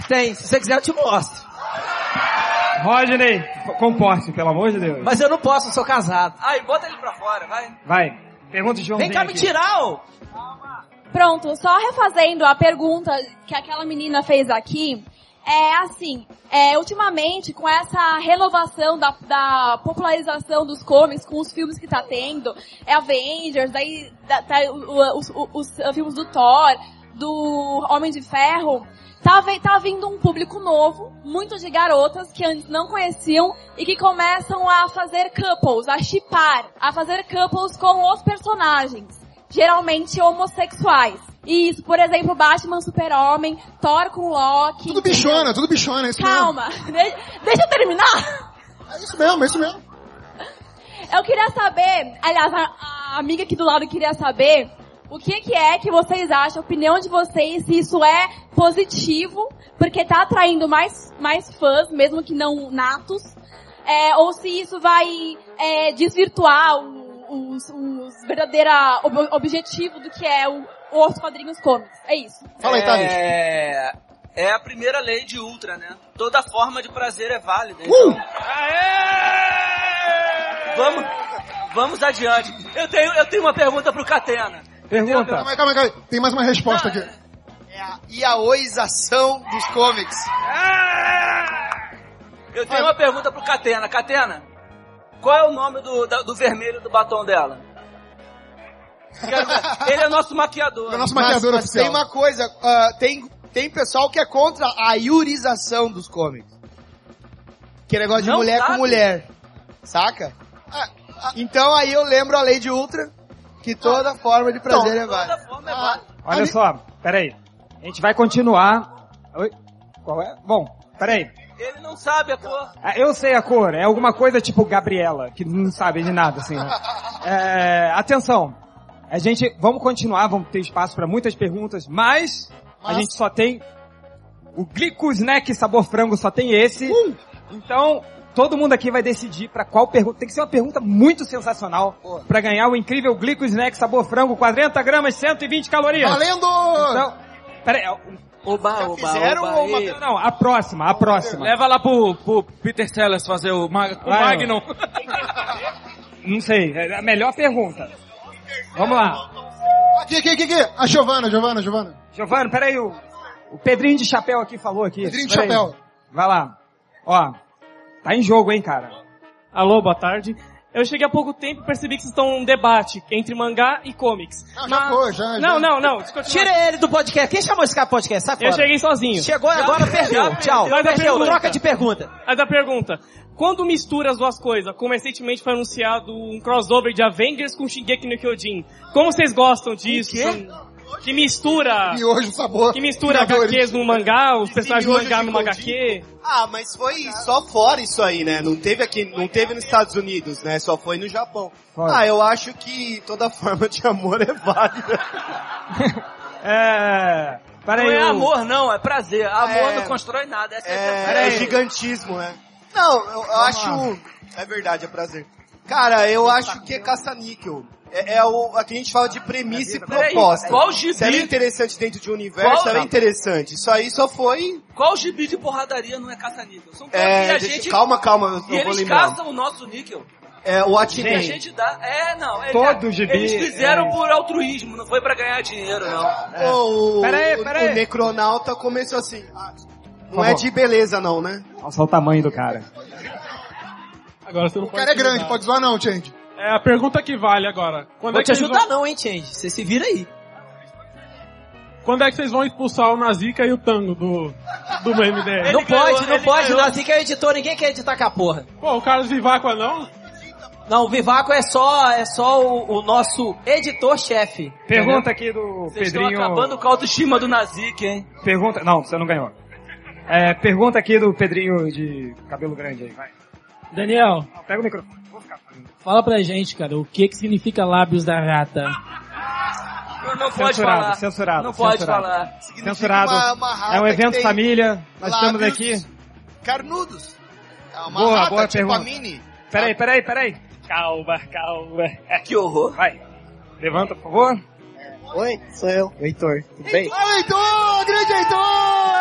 C: Tem, se você quiser eu te mostro.
A: Rodney, comporte, pelo amor de Deus.
C: Mas eu não posso, eu sou casado.
J: Ai, bota ele pra fora, vai.
A: Vai. Pergunta o Joãozinho.
C: Vem cá me tirar, ô.
R: Pronto, só refazendo a pergunta que aquela menina fez aqui, é assim, é, ultimamente com essa renovação da, da popularização dos comics com os filmes que tá tendo, é Avengers, aí da- tá, o- o- os, os- os filmes do Thor, do Homem de Ferro, tá, ve- tá vindo um público novo, muito de garotas que antes não conheciam e que começam a fazer couples, a chipar, a fazer couples com os personagens geralmente homossexuais. E Isso, por exemplo, Batman, Super-Homem, Thor com Loki. Tudo
B: bichona, tudo bichona, é isso
R: Calma, de- deixa eu terminar.
B: É isso mesmo, é isso mesmo.
R: Eu queria saber, aliás, a, a amiga aqui do lado queria saber o que, que é que vocês acham, a opinião de vocês, se isso é positivo, porque tá atraindo mais, mais fãs, mesmo que não natos, é, ou se isso vai é, desvirtuar o, os, os verdadeiro ob- objetivo do que é o, os quadrinhos cômicos. É isso.
J: é... é a primeira lei de Ultra, né? Toda forma de prazer é válida. Vamos, vamos adiante. Eu tenho, eu tenho uma pergunta pro Catena.
B: Pergunta. Calma aí, calma aí, calma aí. Tem mais uma resposta
S: é-
B: aqui.
G: E a
A: Então,
G: oização dos comics.
J: É! Eu tenho uma pergunta pro Catena. Catena, qual é o nome do, da- do vermelho do batom dela? Quero- Ele é nosso maquiador.
G: mas, mas tem uma coisa, ah, tem, tem pessoal que é contra a iurização dos comics. Que é negócio de
B: Não
G: mulher
B: sabe.
G: com mulher. Saca?
A: É,
G: Ah, ah, Então aí eu lembro a lei de Ultra, que
A: Ah,
G: toda forma de prazer
A: então,
G: é válida.
A: Olha só, peraí. A gente vai continuar. Oi? Qual é? Bom, peraí.
J: Ele não sabe a cor.
A: Ah, Eu sei a cor, é alguma coisa tipo Gabriela, que não sabe de nada, assim. né? É, atenção, a gente, vamos continuar, vamos ter espaço para muitas perguntas, mas, a gente só tem o Glico Snack Sabor Frango, só tem esse.
J: Uh!
A: Então, todo mundo aqui vai decidir para qual pergunta. Tem que ser uma pergunta muito sensacional para ganhar o incrível Glico Snack Sabor Frango, 40 gramas, 120 calorias.
B: Valendo!
A: Então, peraí, é,
C: Oba,
A: oba, oba, uma...
F: e-
A: Não, não, a próxima, a próxima.
F: Leva lá pro, pro Peter Sellers fazer o, mag, o
A: Vai, ó.
F: Magnum.
A: Não sei, é a melhor pergunta. Vamos lá.
B: Aqui, aqui, aqui, aqui. A Giovana, Giovana, Giovana.
A: Giovana, peraí, o, o Pedrinho de Chapéu aqui falou aqui.
B: Pedrinho de
A: Peraí.
B: Chapéu.
A: Vai lá. Ó, tá em jogo, hein, cara.
D: Alô, boa tarde. Eu cheguei há pouco tempo e percebi que vocês estão num debate entre mangá e comics.
B: Não,
D: Mas- Não, não, não.
C: Tira ele do podcast. Quem chamou esse cara do podcast? Sai fora.
D: Eu cheguei sozinho.
C: Chegou
D: Já-
C: agora,
D: já
C: perdeu.
D: perdeu.
C: Tchau.
A: é
D: Mas a
C: Perdeu.
D: pergunta-
C: Troca de pergunta.
D: A da pergunta. Quando mistura as duas coisas, como recentemente foi anunciado um crossover de Avengers com Shingeki no Kyojin, como vocês gostam disso? São- que mistura.
B: Miojo, sabor.
D: Que mistura
B: Sabores.
D: HQs no mangá, os personagens do
N: miojo
D: mangá
N: de
D: numa
N: Goldin.
D: HQ.
N: Ah, mas foi só fora isso aí, né? Não teve aqui, não teve nos Estados Unidos, né? Só foi no Japão. Ah, eu acho que toda forma de amor é válida.
A: é.
J: não é
N: eu-
J: amor, não, é prazer.
C: Ah,
J: Amor
N: É.
J: não constrói nada. Essa é, a
N: É, é gigantismo, né? Não, eu, eu acho. É verdade, é prazer. Cara, eu acho que é caça-níquel. É, é o, aqui a gente fala de premissa e
J: Peraí,
N: proposta.
J: qual gibi?
N: Se ela é interessante dentro de um universo,
J: Qual-
N: ela é interessante. Isso aí só foi.
J: Qual gibi de porradaria não é caça-níquel? São coisas
N: É,
J: que a
N: deixa-
J: gente...
N: calma, calma, eu- eu
J: E
N: vou
J: eles
N: lembrar.
J: caçam o nosso níquel.
N: É,
J: Que
N: o
J: a
N: Atman.
J: gente dá... É, não. é-
N: Todo gibi
J: Eles fizeram
N: é-
J: por altruísmo, não foi pra ganhar dinheiro, não.
A: É.
N: Pô, É. o,
J: Peraí,
N: o-
J: peraí.
N: o Necronauta começou assim. Ah, Não
A: Por
N: é
A: favor.
N: de beleza, não, né?
A: Olha só o tamanho do cara.
W: Agora você não
B: O cara é grande, pode zoar não, gente.
W: É a pergunta que vale agora. Quando
B: Vou
W: é que
B: te
W: vocês
B: ajudar
W: vão...
C: não, hein, Change? Você se vira aí.
W: Quando é que vocês vão expulsar o Nazica e o Tango do, do MDM?
C: não pode, não pode, não. Assim que é editor, ninguém quer editar com a porra.
W: Pô, o Carlos Vivaco é não?
C: Não, o Vivaco é só, é só o, o nosso editor-chefe.
A: Pergunta aqui do
C: Vocês estão
A: Pedrinho.
C: acabando
J: com a autoestima do Nazik, hein?
A: Pergunta. Não, você não ganhou. É, pergunta aqui do Pedrinho de cabelo grande aí, vai.
L: Daniel,
A: Pega o microfone.
L: fala pra gente, cara, o que que significa lábios da rata?
J: Não
A: pode Censurado, falar. censurado,
J: Não pode
A: censurado.
J: falar.
A: Significa Censurado. uma- uma rata É um evento que tem família, nós lábios estamos
G: Carnudos. É uma
A: Boa,
G: rata,
A: boa
G: tipo
A: pergunta.
G: a mini.
A: Peraí, peraí, peraí. Calma, calma.
J: Que horror.
A: Vai. Levanta, por favor.
Q: Oi, sou eu, o Heitor. Tudo bem?
G: Ah, Heitor! Grande Heitor!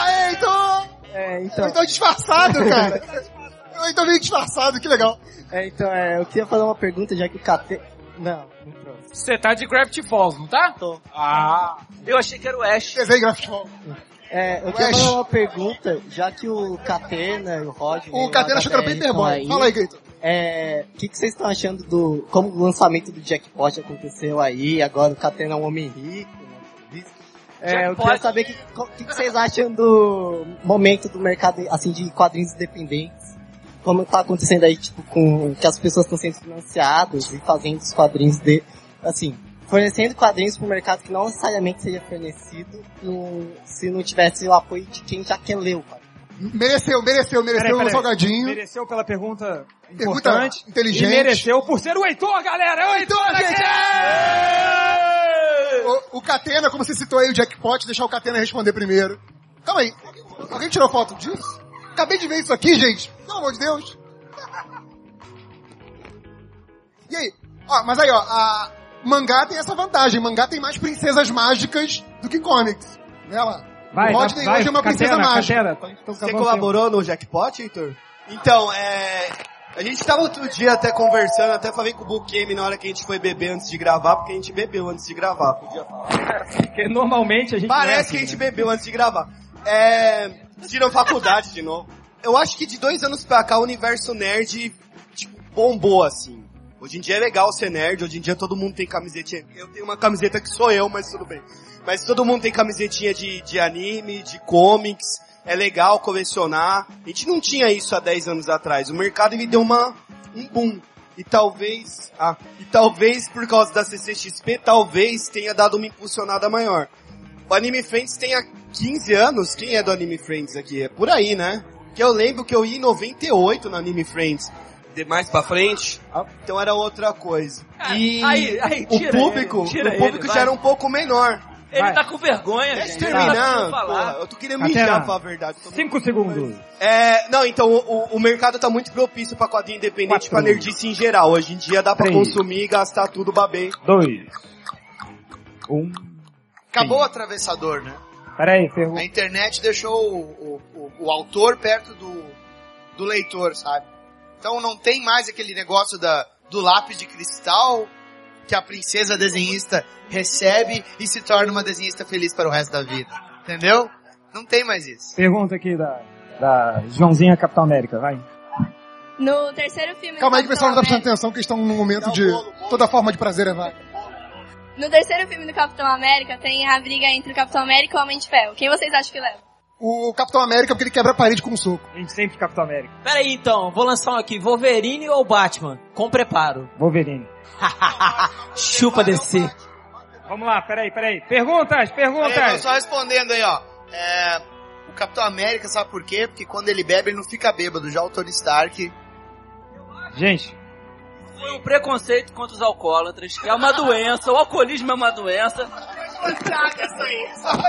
G: Aê, Heitor!
Q: É,
G: Eu
Q: então.
G: estou disfarçado, cara. Eu estou meio disfarçado, que legal.
Q: É, então, é, eu queria fazer uma pergunta, já que o KT. Não, não trouxe.
J: Você
F: É
J: tá de Gravity Falls, não tá?
Q: Tô.
J: Ah. Eu achei que era o Ash.
B: Desenho Gravity Falls.
Q: É, eu
B: Ué,
Q: queria fazer uma pergunta, já que o Catena e o Roger.
B: O Catena achou que era o Peter Boy. Fala aí, Cleiton.
Q: É, o que, que vocês estão achando do. Como o lançamento do Jackpot aconteceu aí, agora o Catena é um homem rico, né? É, eu queria
P: Jackpot.
Q: saber o que, co- que, que vocês acham do momento do mercado, assim, de quadrinhos independentes. Como tá acontecendo aí, tipo, com que as pessoas estão sendo financiadas e fazendo os quadrinhos de. Assim, fornecendo quadrinhos pro mercado que não necessariamente seria fornecido no- se não tivesse o apoio de quem já quer ler o quadrinho.
B: Mereceu, mereceu, mereceu
Q: Peraí,
B: o
Q: peraí.
B: salgadinho.
A: Mereceu pela pergunta
B: Pergunta
A: importante.
B: inteligente. Então,
A: E mereceu por ser o Heitor, galera! É o Heitor, gente!
B: é! O, o Catena, como você citou aí o jackpot, deixar o Catena responder primeiro. Calma aí. Alguém tirou foto disso? Acabei de ver isso aqui, gente. Pelo amor de Deus. E aí? Ó, mas aí, ó, a mangá tem essa vantagem. Mangá tem mais princesas mágicas do que comics. Né, lá?
N: Vai,
B: o Rodney
N: vai,
B: hoje é uma
N: Catena,
B: princesa mágica. Então,
N: Catena. Então,
A: Então
N: Você colaborou no jackpot, Heitor? Então, é. A gente tava outro dia até conversando, até falei com o Buquemi na hora que a gente foi beber antes de gravar, porque a gente bebeu antes de gravar, podia falar.
A: Porque normalmente a gente.
N: Parece
A: merece,
N: que a gente
A: né?
N: bebeu antes de gravar. É. Tiram faculdade de novo. Eu acho que de dois anos pra cá o universo nerd tipo, bombou assim. Hoje em dia é legal ser nerd, hoje em dia todo mundo tem camisetinha. Eu tenho uma camiseta que sou eu, mas tudo bem. Mas todo mundo tem camisetinha de, de anime, de comics, é legal colecionar. A gente não tinha isso há 10 anos atrás. O mercado me deu uma, um boom. E talvez, ah, e talvez por causa da CCXP, talvez tenha dado uma impulsionada maior. O Anime Friends tem há 15 anos. Quem é do Anime Friends aqui? É por aí, né? Que eu lembro que eu ia em 98 no Anime Friends. De mais pra frente? ah, Então era outra coisa. E
J: Ah, aí, aí,
N: o
J: tira
N: público,
J: ele, tira
N: o público
J: ele,
N: já
J: vai.
N: era um pouco menor.
J: Ele
N: Vai.
J: tá com vergonha,
N: Deixa eu
J: gente.
N: terminar,
J: Não tá conseguindo
N: porra.
J: falar.
N: Eu tô querendo
J: Catena.
N: mijar, pra falar a verdade. Tô
A: Cinco segundos.
N: é, não, então o, o- o mercado tá muito propício pra quadrinho independente, pra nerdice em geral. Hoje em dia dá pra
A: Três.
N: consumir, gastar tudo, baber.
A: Dois. Um.
G: Acabou o atravessador, né?
A: Peraí, pergunta.
G: A internet deixou o, o- o- o autor perto do, do leitor, sabe? Então não tem mais aquele negócio da, do lápis de cristal que a princesa desenhista recebe e se torna uma desenhista feliz para o resto da vida. Entendeu? Não tem mais isso.
A: Pergunta aqui da, da Joãozinha Capitão América, vai.
X: No terceiro filme
B: Calma aí que o
X: do
B: pessoal não tá
X: Capitão
N: né?
B: prestando atenção que estão num momento
N: um
B: de toda forma de prazer é válido.
X: América- No terceiro filme do Capitão América tem a briga entre o Capitão América e o Homem de Ferro. Quem vocês acham que leva?
B: O Capitão América, porque ele quebra a parede com um soco.
A: A gente sempre Capitão América.
C: Pera aí, então, vou lançar um aqui. Wolverine ou Batman? Com preparo.
A: Wolverine.
C: Chupa DC.
A: Vamos lá, peraí, peraí. Perguntas, perguntas.
G: Aí, É, só respondendo aí, ó. É, o Capitão América, sabe por quê? Porque quando ele bebe, ele não fica bêbado. Já o Tony Stark...
A: Gente,
J: Foi um preconceito contra os alcoólatras, que é uma doença, o alcoolismo é uma doença.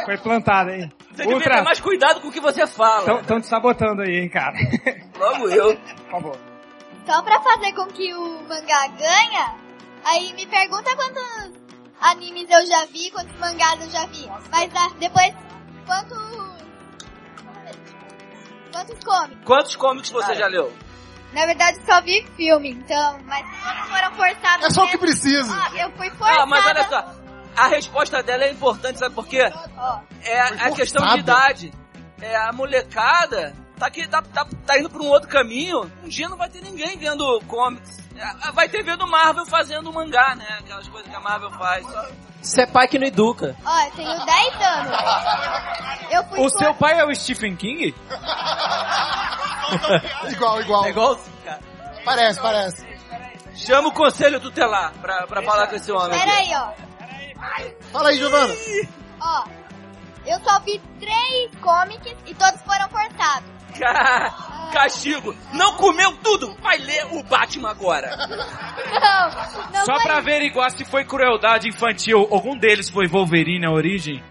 A: foi plantado, hein?
J: Você devia ter mais cuidado com o que você fala.
A: Estão te sabotando aí, hein, cara.
J: Logo eu.
A: Por favor.
K: Só pra fazer com que o mangá ganha, aí me pergunta quantos animes eu já vi, quantos mangás eu já vi. Mas ah, depois, quantos... Quantos comics?
J: Quantos cômicos você já leu?
K: Na verdade, só vi filme, então... Mas todos foram forçados...
J: É só o que
K: mesmo.
J: precisa.
K: Ó, eu fui forçada...
J: Ah, mas olha só, a resposta dela é importante, sabe por quê?
K: Ó,
J: É a questão de idade. É, a molecada tá, que, tá, tá, tá indo pra um outro caminho. Um dia não vai ter ninguém vendo comics. É, vai ter vendo Marvel fazendo mangá, né? Aquelas coisas que a Marvel faz. Só-
C: Isso é pai que não educa.
K: ó, eu tenho 10 anos. Eu fui
F: O seu
K: for-
F: pai é o Stephen King?
B: igual, igual.
J: É igualzinho, cara.
B: Parece, parece.
J: Chama o conselho tutelar pra, pra falar com esse homem. aqui.
K: Peraí, ó.
B: Fala aí, Giovana.
K: Ó, eu só vi três comics e todos foram forçados.
J: Ca- Castigo. Não comeu tudo. Vai ler o Batman agora.
K: Não, não
F: Só
K: foi
F: pra averiguar se foi crueldade infantil. Algum deles foi Wolverine na origem?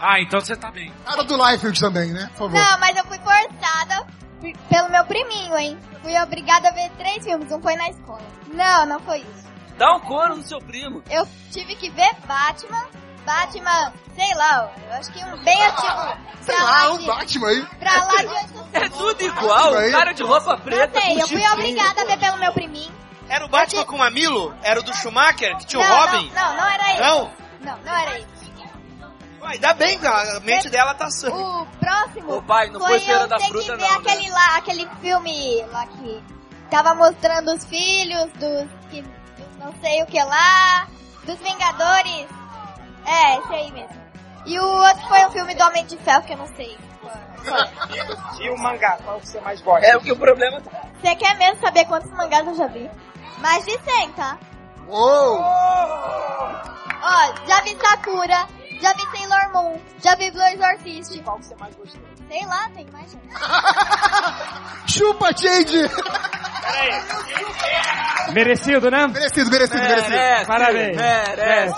F: Ah, então você tá bem.
B: Nada do Liefeld também, né? Por favor.
K: Não, mas eu fui forçada p- pelo meu priminho, hein? Fui obrigada a ver três filmes, um foi na escola. Não, não foi isso.
J: Dá um couro no seu primo.
K: Eu tive que ver Batman, Batman, sei lá, eu acho que um bem antigo.
B: Sei
K: pra
B: lá,
K: lá
B: um
K: de-
B: Batman aí.
K: Pra lá de antes
J: É tudo igual.
K: Batman aí.
J: Cara de roupa preta.
K: Não sei,
J: com
K: eu fui
J: chifrinho.
K: obrigada a ver pelo meu priminho.
N: Era o Batman com o Mamilo? Era o do Schumacher? Que tinha o
K: não,
N: Robin?
K: Não, não, não era isso.
N: Não?
K: Não, não era isso.
N: Ainda bem, cara. A mente dela tá sã.
K: O próximo
N: Ô, pai, não foi Feira
K: eu
N: da
K: ter
N: Fruta,
K: que ver
N: não, né?
K: aquele lá, aquele filme lá que tava mostrando os filhos dos que dos não sei o que lá, dos Vingadores. É, esse aí mesmo. E o outro foi um filme do Homem de Ferro que eu não sei.
O: E o mangá, qual que você mais gosta?
J: É, o que o problema...
K: Você quer mesmo saber quantos mangás eu já vi? Mais de 100, tá?
B: Uou!
K: Ó, já vi Sakura, já vi Sailor Moon, já vi Blue Exorcist. Qual você mais gostou? Sei lá, tem mais.
B: Chupa, Change!
A: Merecido, né?
B: Merecido, merecido, merecido.
A: Parabéns.
B: Merece.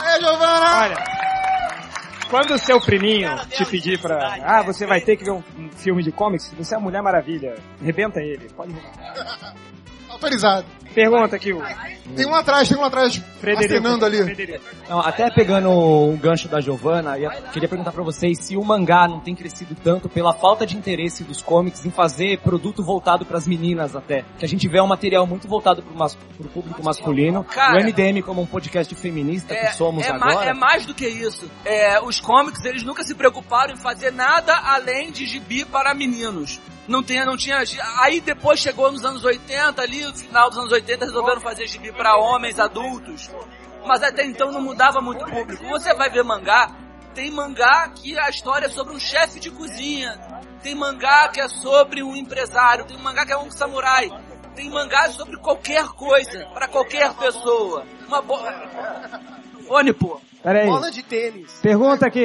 B: Aí, Giovana!
A: Olha. Quando o seu priminho te pedir pra... Ah, você vai ter que ver um, um filme de comics? Você é a Mulher Maravilha. Rebenta ele. Pode roubar.
B: Autorizado.
A: Pergunta aqui, Hugo.
B: Tem um atrás, tem um atrás
A: Frederico.
B: acenando ali.
P: Não, até pegando o gancho da Giovana, eu queria perguntar pra vocês se o mangá não tem crescido tanto pela falta de interesse dos cómics em fazer produto voltado pras meninas até. Que a gente vê um material muito voltado pro, mas, pro público masculino.
J: Cara.
P: o MDM como um podcast feminista que somos
J: é, ma-
P: agora.
J: é mais do que isso. É, os cómics, eles nunca se preocuparam em fazer nada além de gibi para meninos. Não tinha, não tinha. gi- Aí depois chegou nos anos 80, ali, no final dos anos 80, resolveram fazer gibi para homens adultos. Mas até então não mudava muito o público. Você vai ver mangá, tem mangá que a história é sobre um chefe de cozinha. Tem mangá que é sobre um empresário. Tem mangá que é um samurai. Tem mangá sobre qualquer coisa, para qualquer pessoa. Uma boa. Fone, pô.
A: Peraí.
B: Bola de tênis.
A: Pergunta aqui.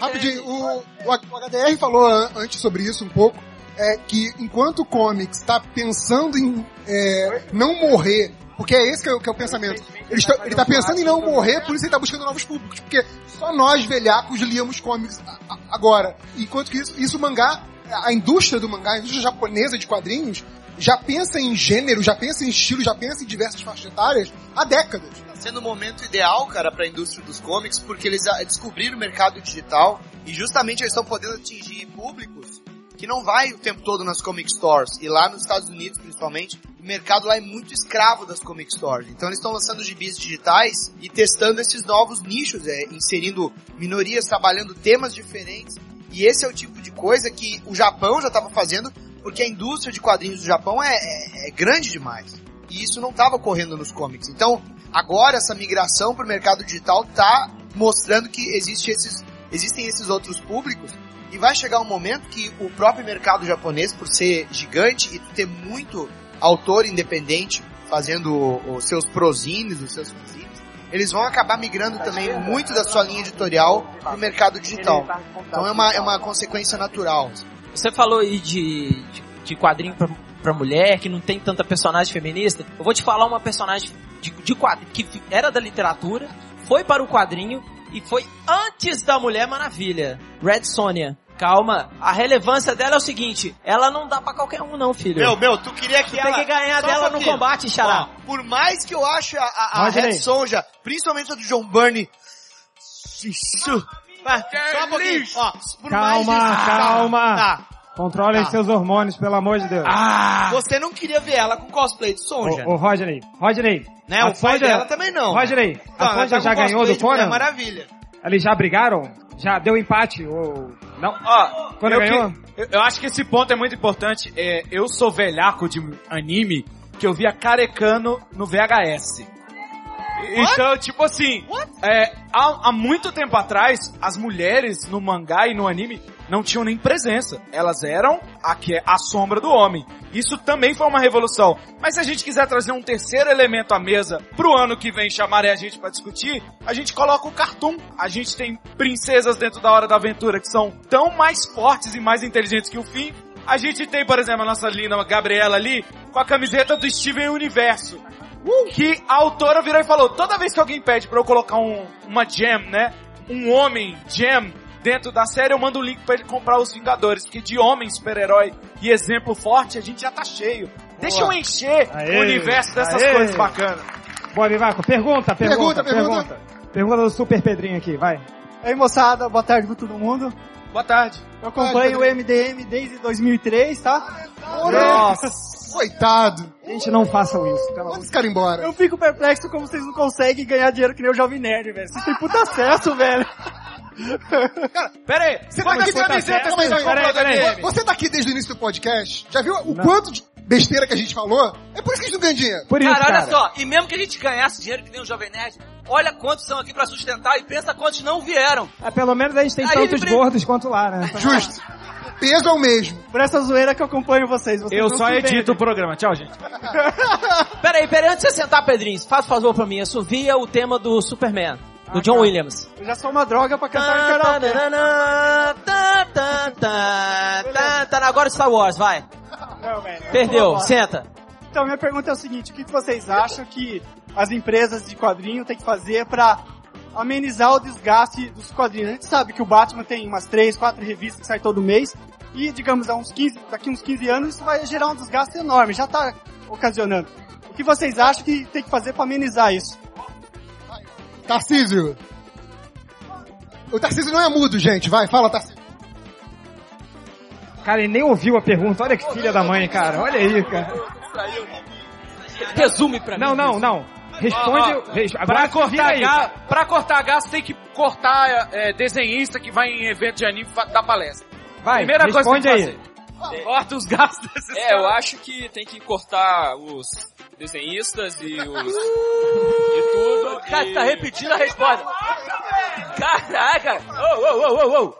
B: Rapidinho, o, o HDR falou an- antes sobre isso um pouco, é que enquanto o comics está pensando em é, não morrer, porque é esse que é, o- que é o pensamento. Ele está, ele tá pensando em não morrer, por isso ele está buscando novos públicos, porque só nós velhacos líamos comics a- a- agora. Enquanto que isso, isso o mangá, a indústria do mangá, a indústria japonesa de quadrinhos, já pensa em gênero, já pensa em estilo, já pensa em diversas faixas etárias há décadas.
G: Tá sendo o momento ideal, cara, pra indústria dos comics, porque eles ah, descobriram o mercado digital e justamente eles estão podendo atingir públicos que não vai o tempo todo nas comic stores. E lá nos Estados Unidos, principalmente, o mercado lá é muito escravo das comic stores. Então eles estão lançando gibis digitais e testando esses novos nichos, é, inserindo minorias, trabalhando temas diferentes. E esse é o tipo de coisa que o Japão já estava fazendo, porque a indústria de quadrinhos do Japão é- é- é grande demais. E isso não estava ocorrendo nos comics. Então, agora essa migração para o mercado digital está mostrando que existe esses, existem esses outros públicos. E vai chegar um momento que o próprio mercado japonês, por ser gigante e ter muito autor independente fazendo o- os seus prosines, os seus fanzines, eles vão acabar migrando também muito da sua linha editorial pro mercado digital. Então é uma, é uma consequência natural.
C: Você falou aí de, de, de quadrinho pra, pra mulher, que não tem tanta personagem feminista. Eu vou te falar uma personagem de, de quadrinho que era da literatura, foi para o quadrinho e foi antes da Mulher Maravilha. Red Sonja. Calma, a relevância dela é o seguinte, ela não dá pra qualquer um não, filho.
G: Meu, meu, tu queria que
C: tem
G: ela-
C: que ganhar
G: Só um
C: dela no
G: pouquinho.
C: combate, Xará.
G: Ó, por mais que eu ache a, a, a
C: Imagina
G: Red
C: aí.
G: Sonja, principalmente a do John Burney... Isso. Vai, Só um pouquinho. Ó, por mais
A: Calma,
G: desse-
A: calma.
G: Tá.
A: Controlem
G: Tá.
A: seus hormônios, pelo amor de Deus.
G: Você não queria ver ela com cosplay de Sonja.
A: Ô, ô, Rodney, Rodney.
G: Né,
A: a
G: o pai
A: Sonja-
G: dela também não.
A: Rodney,
G: Não,
A: a
G: ela
A: Sonja
G: tá
A: já
G: com
A: ganhou
G: cosplay
A: do
G: de Mulher
A: Conan?
G: Maravilha.
A: Eles já brigaram? Já deu empate? Ou... Não?
F: Ó,
A: Quando
F: eu,
A: ganhou?
F: que- eu- eu acho que esse ponto é muito importante. É, eu sou velhaco de anime que eu via carecano no VHS. Então, tipo assim, é, há, há muito tempo atrás, as mulheres no mangá e no anime não tinham nem presença. Elas eram a, que é a sombra do homem. Isso também foi uma revolução. Mas se a gente quiser trazer um terceiro elemento à mesa pro ano que vem chamarem a gente pra discutir, a gente coloca o cartoon. A gente tem princesas dentro da Hora da Aventura que são tão mais fortes e mais inteligentes que o fim. A gente tem, por exemplo, a nossa linda Gabriela ali com a camiseta do Steven Universo. Que a autora virou e falou: toda vez que alguém pede pra eu colocar um, uma gem, né? Um homem gem dentro da série, eu mando o link pra ele comprar os Vingadores. Porque de homem, super-herói e exemplo forte, a gente já tá cheio. Deixa eu encher
A: Aê,
F: o universo dessas
A: aê.
F: coisas bacanas.
A: Bom, Vivaco, pergunta, pergunta,
F: Pergunta,
A: pergunta.
F: pergunta.
A: Pergunta, do Super Pedrinho aqui, vai.
I: Ei, moçada, boa tarde pra todo mundo.
F: Boa tarde.
I: Eu acompanho o MDM desde 2003, tá?
B: Nossa.
I: Coitado.
A: Gente, não façam isso. Manda
I: esse cara embora. Eu fico perplexo como vocês não conseguem ganhar dinheiro que nem o Jovem Nerd, velho. Vocês têm puta acesso, velho.
F: Pera aí,
I: você
B: Mas você tá certo. Mas, mas, peraí, peraí. Você tá aqui desde o início do podcast? Já viu o quanto de besteira que a gente falou? É por isso que a gente não ganha dinheiro.
J: cara, olha só, e mesmo que a gente ganhasse dinheiro que nem o Jovem Nerd, olha quantos são aqui pra sustentar e pensa quantos não vieram.
A: É, pelo menos a gente tem
J: Aí ele
A: tantos
J: brin-
A: gordos quanto lá, né?
I: Justo. Peso é o mesmo. Por essa zoeira que eu acompanho vocês. vocês
F: Eu
I: não
F: só
I: se
F: edito
B: né?
I: vendem.
F: o programa. Tchau, gente.
C: Peraí, peraí, antes de você sentar, Pedrinho, faz favor pra mim, assovia o tema do Superman, do John Williams.
I: Eu já sou uma droga pra cantar em karaokê.
C: Tá, tá, tá, tá, tá, agora Star Wars, vai.
I: Não, velho.
C: Perdeu,
I: Vambora.
C: senta.
I: Então, minha pergunta é o seguinte: o que que vocês acham que as empresas de quadrinho têm que fazer pra amenizar o desgaste dos quadrinhos? A gente sabe que o Batman tem umas 3, 4 revistas que sai todo mês e, digamos, há uns 15, daqui uns 15 anos isso vai gerar um desgaste enorme, já tá ocasionando. O que vocês acham que tem que fazer pra amenizar isso?
B: Tarcísio. O Tarcísio não é mudo, gente. Vai, fala, Tarcísio.
A: Cara, ele nem ouviu a pergunta. Olha que filha da mãe, cara. Olha aí, cara.
C: Resume pra
A: Não, não, não. Responde...
F: Ó, ó,
A: res-
F: pra,
A: Agora vira
F: cortar
A: aí.
F: ga- pra cortar gás, tem que cortar é, desenhista que vai em evento de anime fa- dar palestra.
A: Vai,
F: Primeira coisa que tem
A: responde
F: que
A: aí.
F: fazer. Corta os gastos desses
M: É, eu acho que tem que cortar os desenhistas e os. e tudo.
J: Cara,
M: e...
J: tá repetindo a resposta. Caraca! Ô, ô, ô, ô, ô!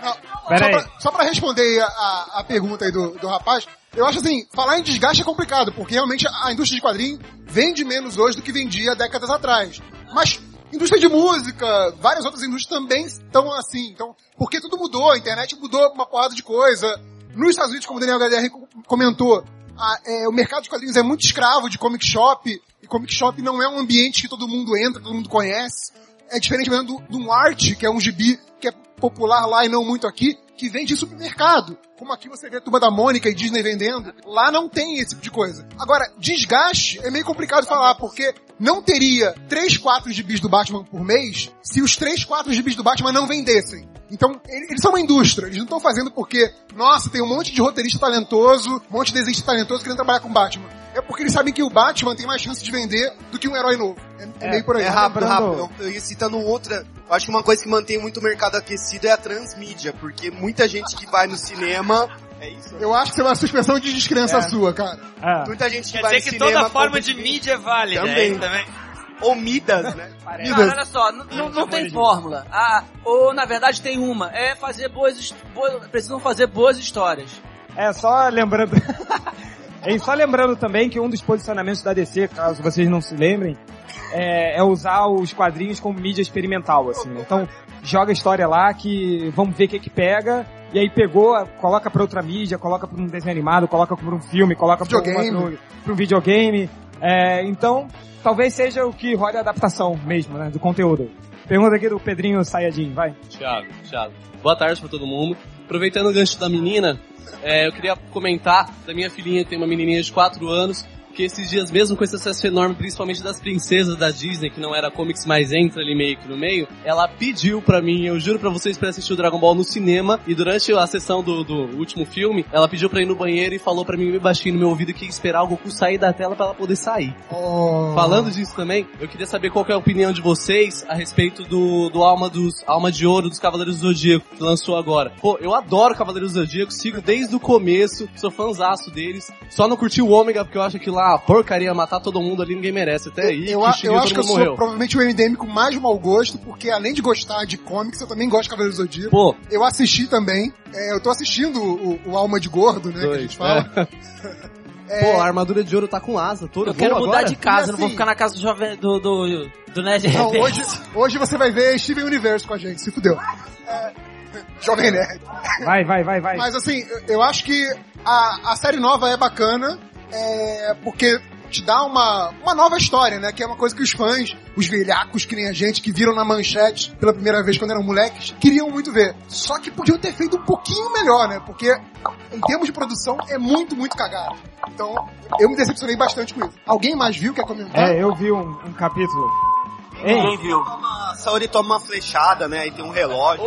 B: Só
J: Pera aí.
B: pra, só pra responder a, a- a pergunta aí do, do rapaz, eu acho assim, falar em desgaste é complicado, porque realmente a indústria de quadrinho vende menos hoje do que vendia décadas atrás. Mas indústria de música, várias outras indústrias também estão assim. Então, porque tudo mudou, a internet mudou uma porrada de coisa. Nos Estados Unidos, como o Daniel HDR co- comentou, a- é, o mercado de quadrinhos é muito escravo de comic shop, e comic shop não é um ambiente que todo mundo entra, todo mundo conhece. É diferente mesmo do- de um arte, que é um gibi, que é popular lá e não muito aqui, que vende em supermercado. Como aqui você vê Turma da Mônica e Disney vendendo, lá não tem esse tipo de coisa. Agora, desgaste é meio complicado falar, porque não teria 3, 4 gibis do Batman por mês se os 3, 4 gibis do Batman não vendessem. Então, ele- eles são uma indústria, eles não estão fazendo porque, nossa, tem um monte de roteirista talentoso, um monte de desenhista talentoso querendo trabalhar com Batman. É porque eles sabem que o Batman tem mais chance de vender do que um herói novo. É, é meio por aí.
G: É rápido, rápido. Eu, eu ia citando outra. Eu acho que uma coisa que mantém muito o mercado aquecido é a transmídia, porque muita gente que vai no cinema. É isso? É.
B: Eu acho que isso é uma suspensão de descrença sua, cara.
G: Muita gente que
B: Quer
G: vai
B: dizer
G: no
B: que
G: cinema.
B: toda forma
G: compra
B: de
G: DVD.
B: mídia é válida,
G: Também.
B: é, também.
G: Ou Midas, né?
J: Cara, olha só, n- n- não tem fórmula. Ah, ou na verdade tem uma. É fazer boas, his- boas. Precisam fazer boas histórias.
A: É, só lembrando... E só lembrando também que um dos posicionamentos da DC, caso vocês não se lembrem, é, é usar os quadrinhos como mídia experimental, assim. né? Então, joga a história lá que vamos ver o que que pega. E aí pegou, coloca pra outra mídia, coloca pra um desenho animado, coloca pra um filme, coloca pra,
B: Videogame.
A: alguma- pro- pra um videogame. É, então, talvez seja o que roda a adaptação mesmo, né, do conteúdo. Pergunta aqui do Pedrinho Sayajin, vai.
U: Thiago, Thiago. Boa tarde pra todo mundo. Aproveitando o gancho da menina, é, eu queria comentar da minha filhinha, que tem uma menininha de 4 anos, que esses dias, mesmo com esse acesso enorme, principalmente das princesas da Disney, que não era comics, mas entra ali meio que no meio, ela pediu pra mim, eu juro pra vocês, pra assistir o Dragon Ball no cinema, e durante a sessão do, do último filme, ela pediu pra ir no banheiro e falou pra mim, bem baixinho no meu ouvido, que ia esperar o Goku sair da tela pra ela poder sair. Falando disso também, eu queria saber qual que é a opinião de vocês a respeito do, do Alma dos Alma de Ouro dos Cavaleiros do Zodíaco que lançou agora. Pô, eu adoro Cavaleiros do Zodíaco, sigo desde o começo, sou fãzaço deles. Só não curti o Ômega porque eu acho que lá a porcaria matar todo mundo ali ninguém merece até aí.
B: Eu,
U: que
B: a-
U: Shiryu
B: eu acho que eu
U: todo
B: sou
U: mundo morreu.
B: provavelmente o MDM com mais mau gosto, porque além de gostar de comics, eu também gosto de Cavaleiros do Zodíaco.
U: Pô.
B: Eu assisti também. É, eu tô assistindo o, o Alma de Gordo, né, que a gente fala. É.
U: Pô, a armadura de ouro tá com asa, toda
C: Eu quero
U: voa
C: mudar
U: agora.
C: de casa,
B: E
C: não vou
B: assim-
C: ficar na casa do jovem do do, do Nerd
B: Não,
C: Reverso.
B: hoje, hoje você vai ver Steven Universe com a gente, se fudeu. É, Jovem Nerd.
A: Vai, vai, vai, vai.
B: Mas assim, eu- eu acho que a, a série nova é bacana, é, porque te dá uma, uma nova história, né? Que é uma coisa que os fãs, os velhacos que nem a gente, que viram na manchete pela primeira vez quando eram moleques, queriam muito ver. Só que podiam ter feito um pouquinho melhor, né? Porque em termos de produção é muito, muito cagado. Então, eu me decepcionei bastante com isso. Alguém mais viu? Quer comentar?
A: É, eu vi um, um capítulo.
B: Ninguém
C: viu.
N: A Saori toma uma flechada, né? E tem um relógio.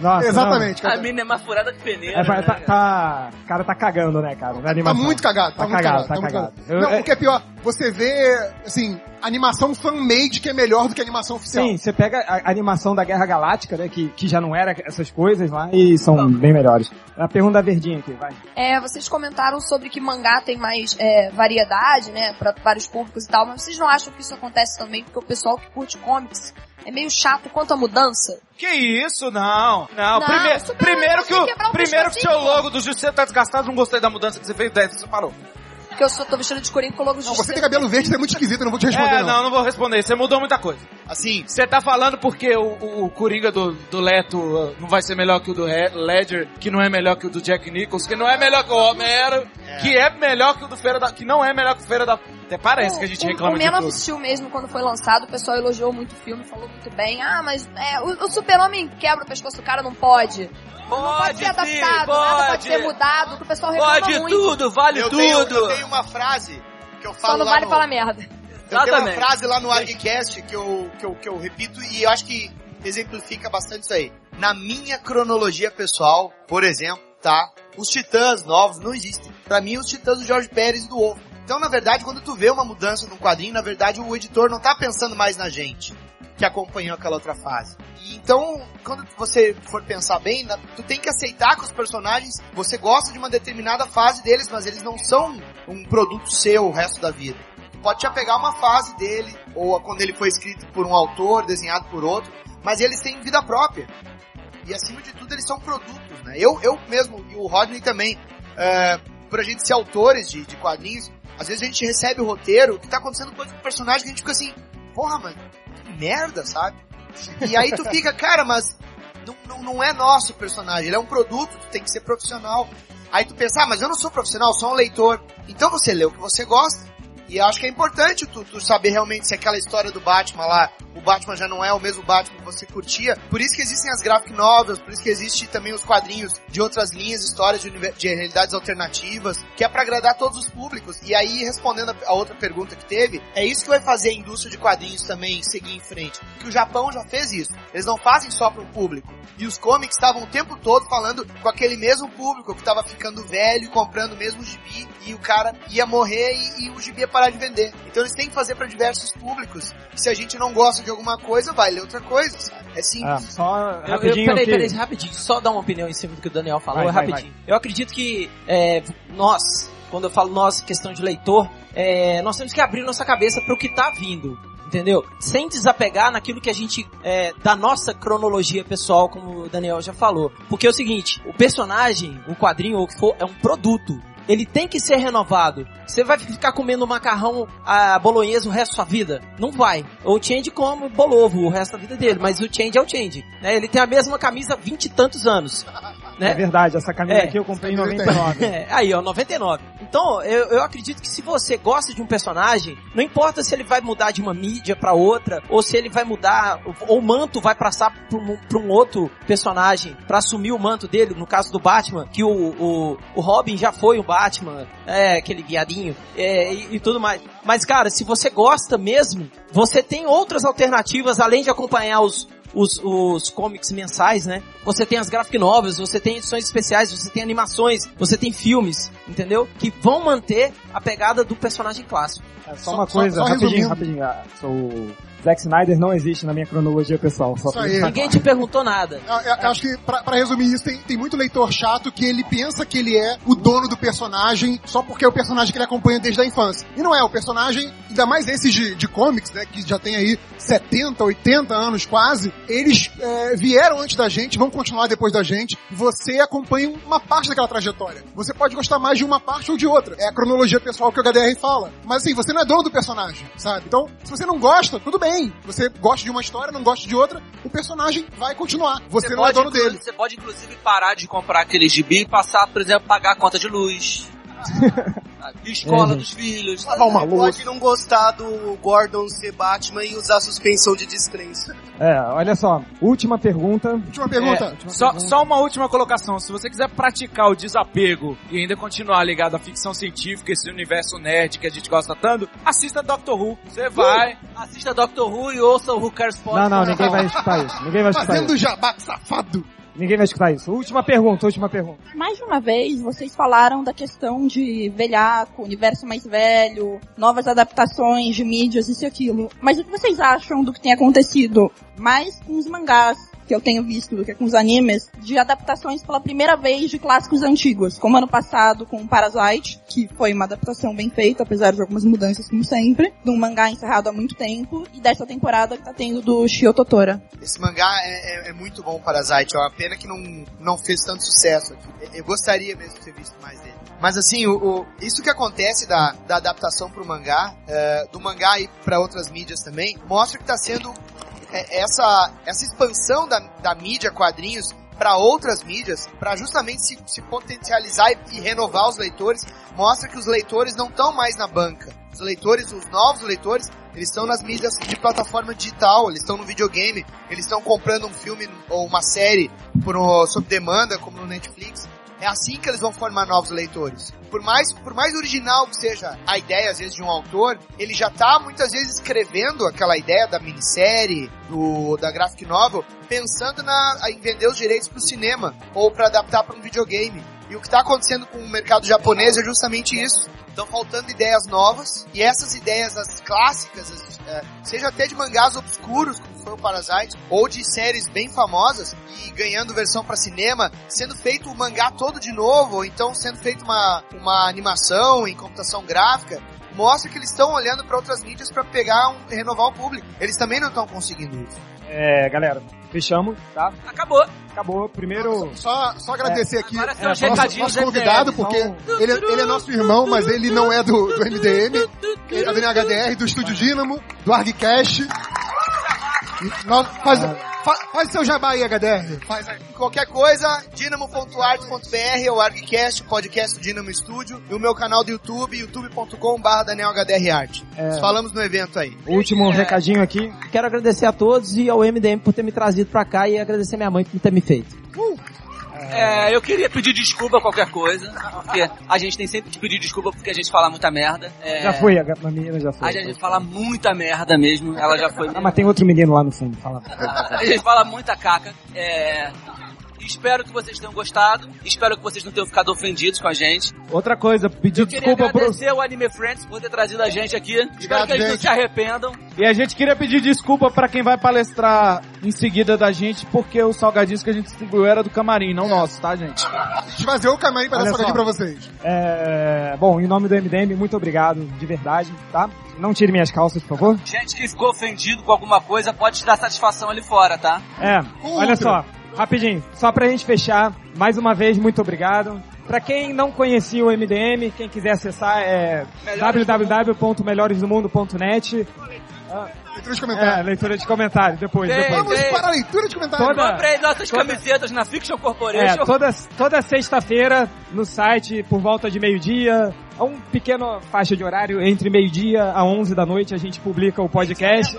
A: Nossa,
B: Exatamente,
A: não.
J: A mina é mais furada que peneira.
A: É, tá, tá, tá- cara tá cagando, né, cara? Na animação.
B: muito cagado, tá,
A: Tá,
B: muito
A: cagado,
B: cagado,
A: tá
B: muito
A: cagado.
B: cagado. Não,
A: Eu-
B: o que é pior, você vê, assim, animação fan-made que é melhor do que animação oficial.
A: Sim, você pega a animação da Guerra Galáctica, né, que, que já não era essas coisas lá, e são bem melhores. A pergunta da Verdinha aqui, vai.
Y: É, vocês comentaram sobre que mangá tem mais é, variedade, né, pra vários públicos e tal, mas vocês não acham que isso acontece também porque o pessoal que curte comics é meio chato quanto à mudança?
F: Que isso? Não. Não,
Y: Não,
F: primeiro,
Y: Superman
F: primeiro
Y: não
F: que o,
Y: consegue quebrar um
F: primeiro que o seu
Y: pescocinho,
F: logo do Justiça tá desgastado, não gostei da mudança que você fez, daí você parou.
Y: Porque eu só tô vestindo de corinho com logo de
B: Você tem cabelo verde, você é muito esquisito, eu não vou te responder.
F: É,
B: não.
F: não, não vou responder. Você mudou muita coisa. Assim, você tá falando porque o, o- o Coringa do, do Leto uh, não vai ser melhor que o do He- Ledger, que não é melhor que o do Jack Nichols, que não é melhor que o Homero, que é melhor que o do Feira da... que não é melhor que o Feira da... Até parece que a gente
Y: o,
F: reclama
Y: o
F: de
Y: Man
F: tudo.
Y: of Steel mesmo, quando foi lançado, o pessoal elogiou muito o filme, falou muito bem. Ah, mas é, o, o super-homem quebra o pescoço do cara, não pode. não pode ser
J: sim,
Y: adaptado, nada pode
J: pode.
Y: ser mudado, que o pessoal reclama
J: Pode
Y: muito.
J: tudo, vale
Y: Eu
J: tudo.
Y: tenho- eu
G: Tem uma frase que eu
Y: Só
G: falo
Y: não
G: lá
Y: vale
G: no-
Y: falar merda.
G: Eu tenho uma
Y: Exatamente.
G: frase lá no ArgCast que eu, que, eu, que eu repito e eu acho que exemplifica bastante isso aí. Na minha cronologia pessoal, por exemplo, tá? Os titãs novos não existem. Pra mim, os titãs do Jorge Pérez e do Ovo. Então, na verdade, quando tu vê uma mudança num quadrinho, na verdade, o editor não tá pensando mais na gente que acompanhou aquela outra fase. E então, quando você for pensar bem, na- tu tem que aceitar que os personagens, você gosta de uma determinada fase deles, mas eles não são um produto seu o resto da vida. Tu pode te apegar a uma fase dele, ou a quando ele foi escrito por um autor, desenhado por outro, mas eles têm vida própria. E acima de tudo, eles são produtos, né? Eu, eu mesmo, e o Rodney também, é, por a gente ser autores de, de quadrinhos, às vezes a gente recebe o roteiro que tá acontecendo coisa com o personagem que a gente fica assim, porra, mano, que merda, sabe? E aí tu fica, cara, mas não, não, não é nosso o personagem, ele é um produto, tu tem que ser profissional. Aí tu pensa, ah, mas eu não sou profissional, eu sou um leitor. Então você lê o que você gosta. E eu acho que é importante tu, tu saber realmente se aquela história do Batman lá, o Batman já não é o mesmo Batman que você curtia. Por isso que existem as graphic novels, por isso que existem também os quadrinhos de outras linhas, histórias de, univer- de realidades alternativas, que é pra agradar todos os públicos. E aí, respondendo a, a outra pergunta que teve, é isso que vai fazer a indústria de quadrinhos também seguir em frente. Que o Japão já fez isso. Eles não fazem só pro público. E os comics estavam o tempo todo falando com aquele mesmo público que tava ficando velho, comprando o mesmo gibi, e o cara ia morrer e, e o gibi ia parar de vender. Então eles têm que fazer pra diversos públicos. Se a gente não gosta de alguma coisa, vai ler outra coisa, sabe? É
A: Ah,
G: simples.
A: só
C: Eu- eu-
A: rapidinho.
C: peraí,
A: que-
C: peraí, rapidinho. Só dar uma opinião em cima do que o Daniel falou,
A: Vai, vai,
C: rapidinho. Eu acredito que é, nós, quando eu falo nós, questão de leitor, é, nós temos que abrir nossa cabeça para o que tá vindo. Entendeu? Sem desapegar naquilo que a gente. É, da nossa cronologia pessoal, como o Daniel já falou. Porque é o seguinte: o personagem, o quadrinho ou o que for, é um produto. Ele tem que ser renovado. Você vai ficar comendo macarrão a bolonhesa o resto da sua vida? Não vai. O Change come bolovo o resto da vida dele, mas o Change é o Change. né? Ele tem a mesma camisa há vinte e tantos anos.
A: É verdade, essa camisa
C: É.
A: aqui eu comprei em 99.
C: É, aí, ó, 99. Então, eu, eu acredito que se você gosta de um personagem, não importa se ele vai mudar de uma mídia pra outra, ou se ele vai mudar, ou o manto vai passar pra um, pra um outro personagem, pra assumir o manto dele, no caso do Batman, que o, o, o Robin já foi o Batman, é, aquele viadinho, é, e, e tudo mais. Mas, cara, se você gosta mesmo, você tem outras alternativas, além de acompanhar os, os, os comics mensais, né? Você tem as graphic novels, você tem edições especiais, você tem animações, você tem filmes, entendeu? Que vão manter a pegada do personagem clássico.
A: É, Só uma coisa, rapidinho, rapidinho. ah, O Zack Snyder não existe na minha cronologia pessoal. Só pra deixar
C: Ninguém te perguntou nada.
B: Eu, eu- eu acho que, pra, pra resumir isso, tem, tem muito leitor chato que ele pensa que ele é o dono do personagem só porque é o personagem que ele acompanha desde a infância. E não é, o personagem, ainda mais esses de, de comics, né, que já tem aí 70, 80 anos quase, eles é, vieram antes da gente, vão continuar depois da gente, você acompanha uma parte daquela trajetória. Você pode gostar mais de uma parte ou de outra. É a cronologia pessoal que o HDR fala. Mas assim, você não é dono do personagem, sabe? Então, se você não gosta, tudo bem. Você gosta de uma história, não gosta de outra, o personagem vai continuar. Você, não é dono
J: inclu-
B: dele.
J: Você pode, inclusive, parar de comprar aquele gibi e passar, por exemplo, pagar a conta de luz. a escola dos filhos.
A: Tá
N: Lavar
A: um
N: Pode não gostar do Gordon ser Batman e usar suspensão de descrença.
A: É, olha só, última pergunta.
B: Última
F: É, só, só uma última colocação. Se você quiser praticar o desapego e ainda continuar ligado à ficção científica, esse universo nerd que a gente gosta tanto, assista Doctor Who.
V: Uh!
F: Você vai.
C: Assista Doctor Who e ouça o Who Cares
A: Não, não, ninguém vai escutar isso. Ninguém vai escutar isso.
B: jabá safado.
A: Ninguém vai escutar isso. Última pergunta, última pergunta.
Z: Mais de uma vez, vocês falaram da questão de velhaco, universo mais velho, novas adaptações de mídias, isso e aquilo. Mas o que vocês acham do que tem acontecido mais com os mangás que eu tenho visto do que com os animes, de adaptações pela primeira vez de clássicos antigos, como ano passado com Parasite, que foi uma adaptação bem feita, apesar de algumas mudanças como sempre, de um mangá encerrado há muito tempo, e dessa temporada que tá tendo do Shio Totora.
G: Esse mangá é, é- é muito bom, Parasite. É uma pena que não, não fez tanto sucesso aqui. Eu- Eu gostaria mesmo de ter visto mais dele. Mas assim, o, o- isso que acontece da, da adaptação pro mangá, é, do mangá e para outras mídias também, mostra que tá sendo é, essa, essa expansão da, da mídia quadrinhos para outras mídias, para justamente se, se potencializar e, e renovar os leitores, mostra que os leitores não estão mais na banca. Os leitores, os novos leitores, eles estão nas mídias de plataforma digital, eles estão no videogame, eles estão comprando um filme ou uma série por, um, sob demanda, como no Netflix. É assim que eles vão formar novos leitores. Por mais, por mais original que seja a ideia, às vezes, de um autor, ele já tá muitas vezes escrevendo aquela ideia da minissérie, do, da graphic novel, pensando na, em vender os direitos pro cinema ou para adaptar para um videogame. E o que está acontecendo com o mercado japonês é justamente isso. Estão faltando ideias novas, e essas ideias, as clássicas, as, é, seja até de mangás obscuros, como foi o Parasite, ou de séries bem famosas, e ganhando versão para cinema, sendo feito o mangá todo de novo, ou então sendo feito uma, uma animação em computação gráfica, mostra que eles estão olhando para outras mídias para pegar um, renovar o público. Eles também não estão conseguindo isso.
A: É, galera, fechamos, tá?
J: Acabou.
A: Acabou. Primeiro.
B: Só, só agradecer aqui
A: Agora
B: ao
A: são os
B: nosso,
A: recadinhos
B: nosso convidado,
A: MDM,
B: porque
A: então-
B: ele, ele é nosso irmão, mas ele não é do, do MDM, ele é do NHDR, do Estúdio Dínamo, do ArgCast. E nós- Faz, fa- faz seu jabá aí, HDR. Faz aí.
G: Ah. Qualquer coisa, dinamo.art.br, é o ArgCast, o podcast do Dinamo Studio, e o meu canal do YouTube, youtube.com.br DanielHDRArt.
C: É.
G: Falamos no evento aí.
A: Último recadinho aqui.
C: Quero agradecer a todos e ao MDM por ter me trazido pra cá e agradecer minha mãe por ter me feito.
J: É, eu queria pedir desculpa a qualquer coisa, porque a gente tem sempre que pedir desculpa porque a gente fala muita merda. É, Ah,
A: Já foi, a ga- a menina já foi.
J: A gente fala muita merda mesmo, ela já foi.
A: Ah, mas tem outro menino lá no fundo, fala.
J: A gente fala muita caca. É, Espero que vocês tenham gostado. Espero que vocês não tenham ficado ofendidos com a gente.
A: Outra coisa, pedir
J: Queria
A: desculpa pro.
J: agradecer ao Anime Friends por ter trazido a gente aqui. Espero
V: Obrigado,
J: que eles não
V: gente.
J: se arrependam.
V: E a gente queria pedir desculpa pra quem vai palestrar em seguida da gente, porque os salgadinhos que a gente distribuiu era do camarim,
C: É.
V: não nosso, tá, gente?
B: A gente vaziou o camarim para dar
A: Olha
B: essa aqui
A: só.
B: pra vocês.
A: É, bom, em nome do MDM, muito obrigado, de verdade, tá? Não tire minhas calças, por favor.
J: Gente que ficou ofendido com alguma coisa pode te dar satisfação ali fora, tá?
A: É, olha só, rapidinho, só pra gente fechar, mais uma vez, muito obrigado. Pra quem não conhecia o MDM, quem quiser acessar é www.melhoresdomundo.net. Leitura de comentários. É, leitura de comentários, depois.
C: Tem,
A: depois.
C: tem.
B: Para a leitura de comentários.
A: Toda-
C: Comprei nossas
A: toda-
C: camisetas na Fiction
A: É,
C: Corporation.
A: toda, toda sexta-feira no site, por volta de meio-dia, a um pequeno faixa de horário, entre meio-dia a 11 da noite, a gente publica o podcast.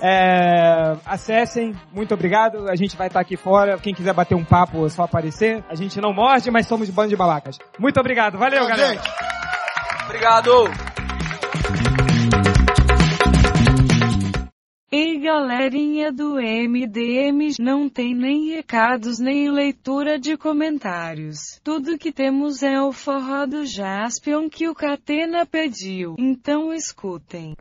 A: É, acessem, muito obrigado. A gente vai estar aqui fora. Quem quiser bater um papo é só aparecer. A gente não morde, mas somos bando de balacas. Muito obrigado, valeu, galera.
C: Obrigado.
R: Ei galerinha do MDMs, não tem nem recados nem leitura de comentários. Tudo que temos é o forró do Jaspion que o Catena pediu, então escutem.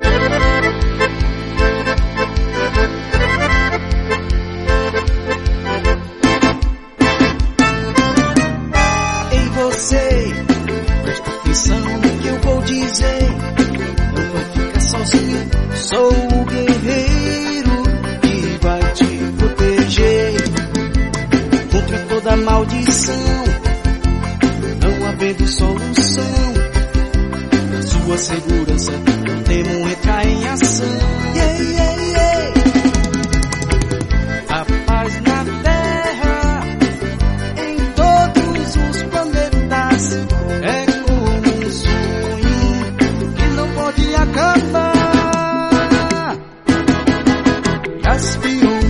D: em você. Presta atenção no que eu vou dizer. Não vai ficar sozinho. Sou o guerreiro que vai te proteger contra toda maldição. Não havendo solução. Na sua segurança, não temo entrar em ação. Yeah, yeah, yeah. A paz na terra em todos os planetas. É como um sonho que não pode acabar. Jaspion,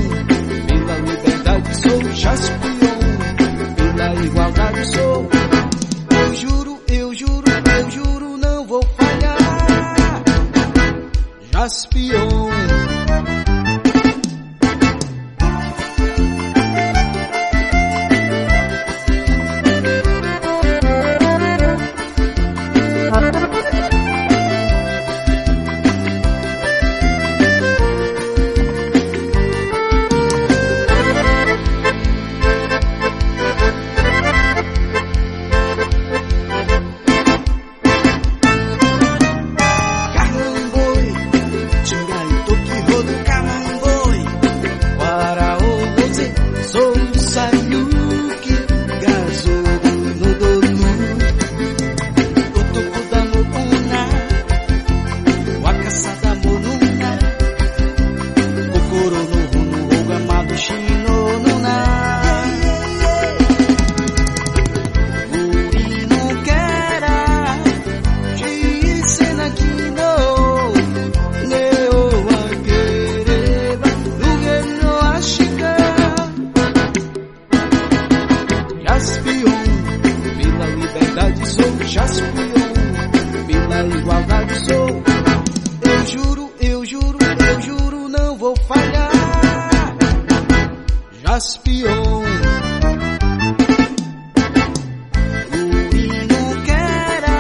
D: pela liberdade sou Jaspion, pela igualdade sou. Eu juro, eu juro, eu juro, não vou falhar. Jaspion. Caramboi, tira o toque rodo caramboi. Para o você, sou um sayuki, gasouro no dono. O toco da moruna, o acaça da moruna. O coro no runo, o gamado shino no na. Guri no kera, 小さな木の根を上げれば無限の足がヤスピオン pela liberdade sou Jaspion pela igualdade sou eu juro, eu juro, eu juro não vou falhar Jaspion Urino Kera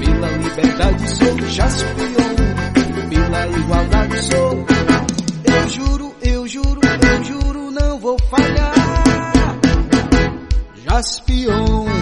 D: pela liberdade sou Jaspion, pela igualdade sou. Eu juro, eu juro, eu juro, não vou falhar. Jaspion.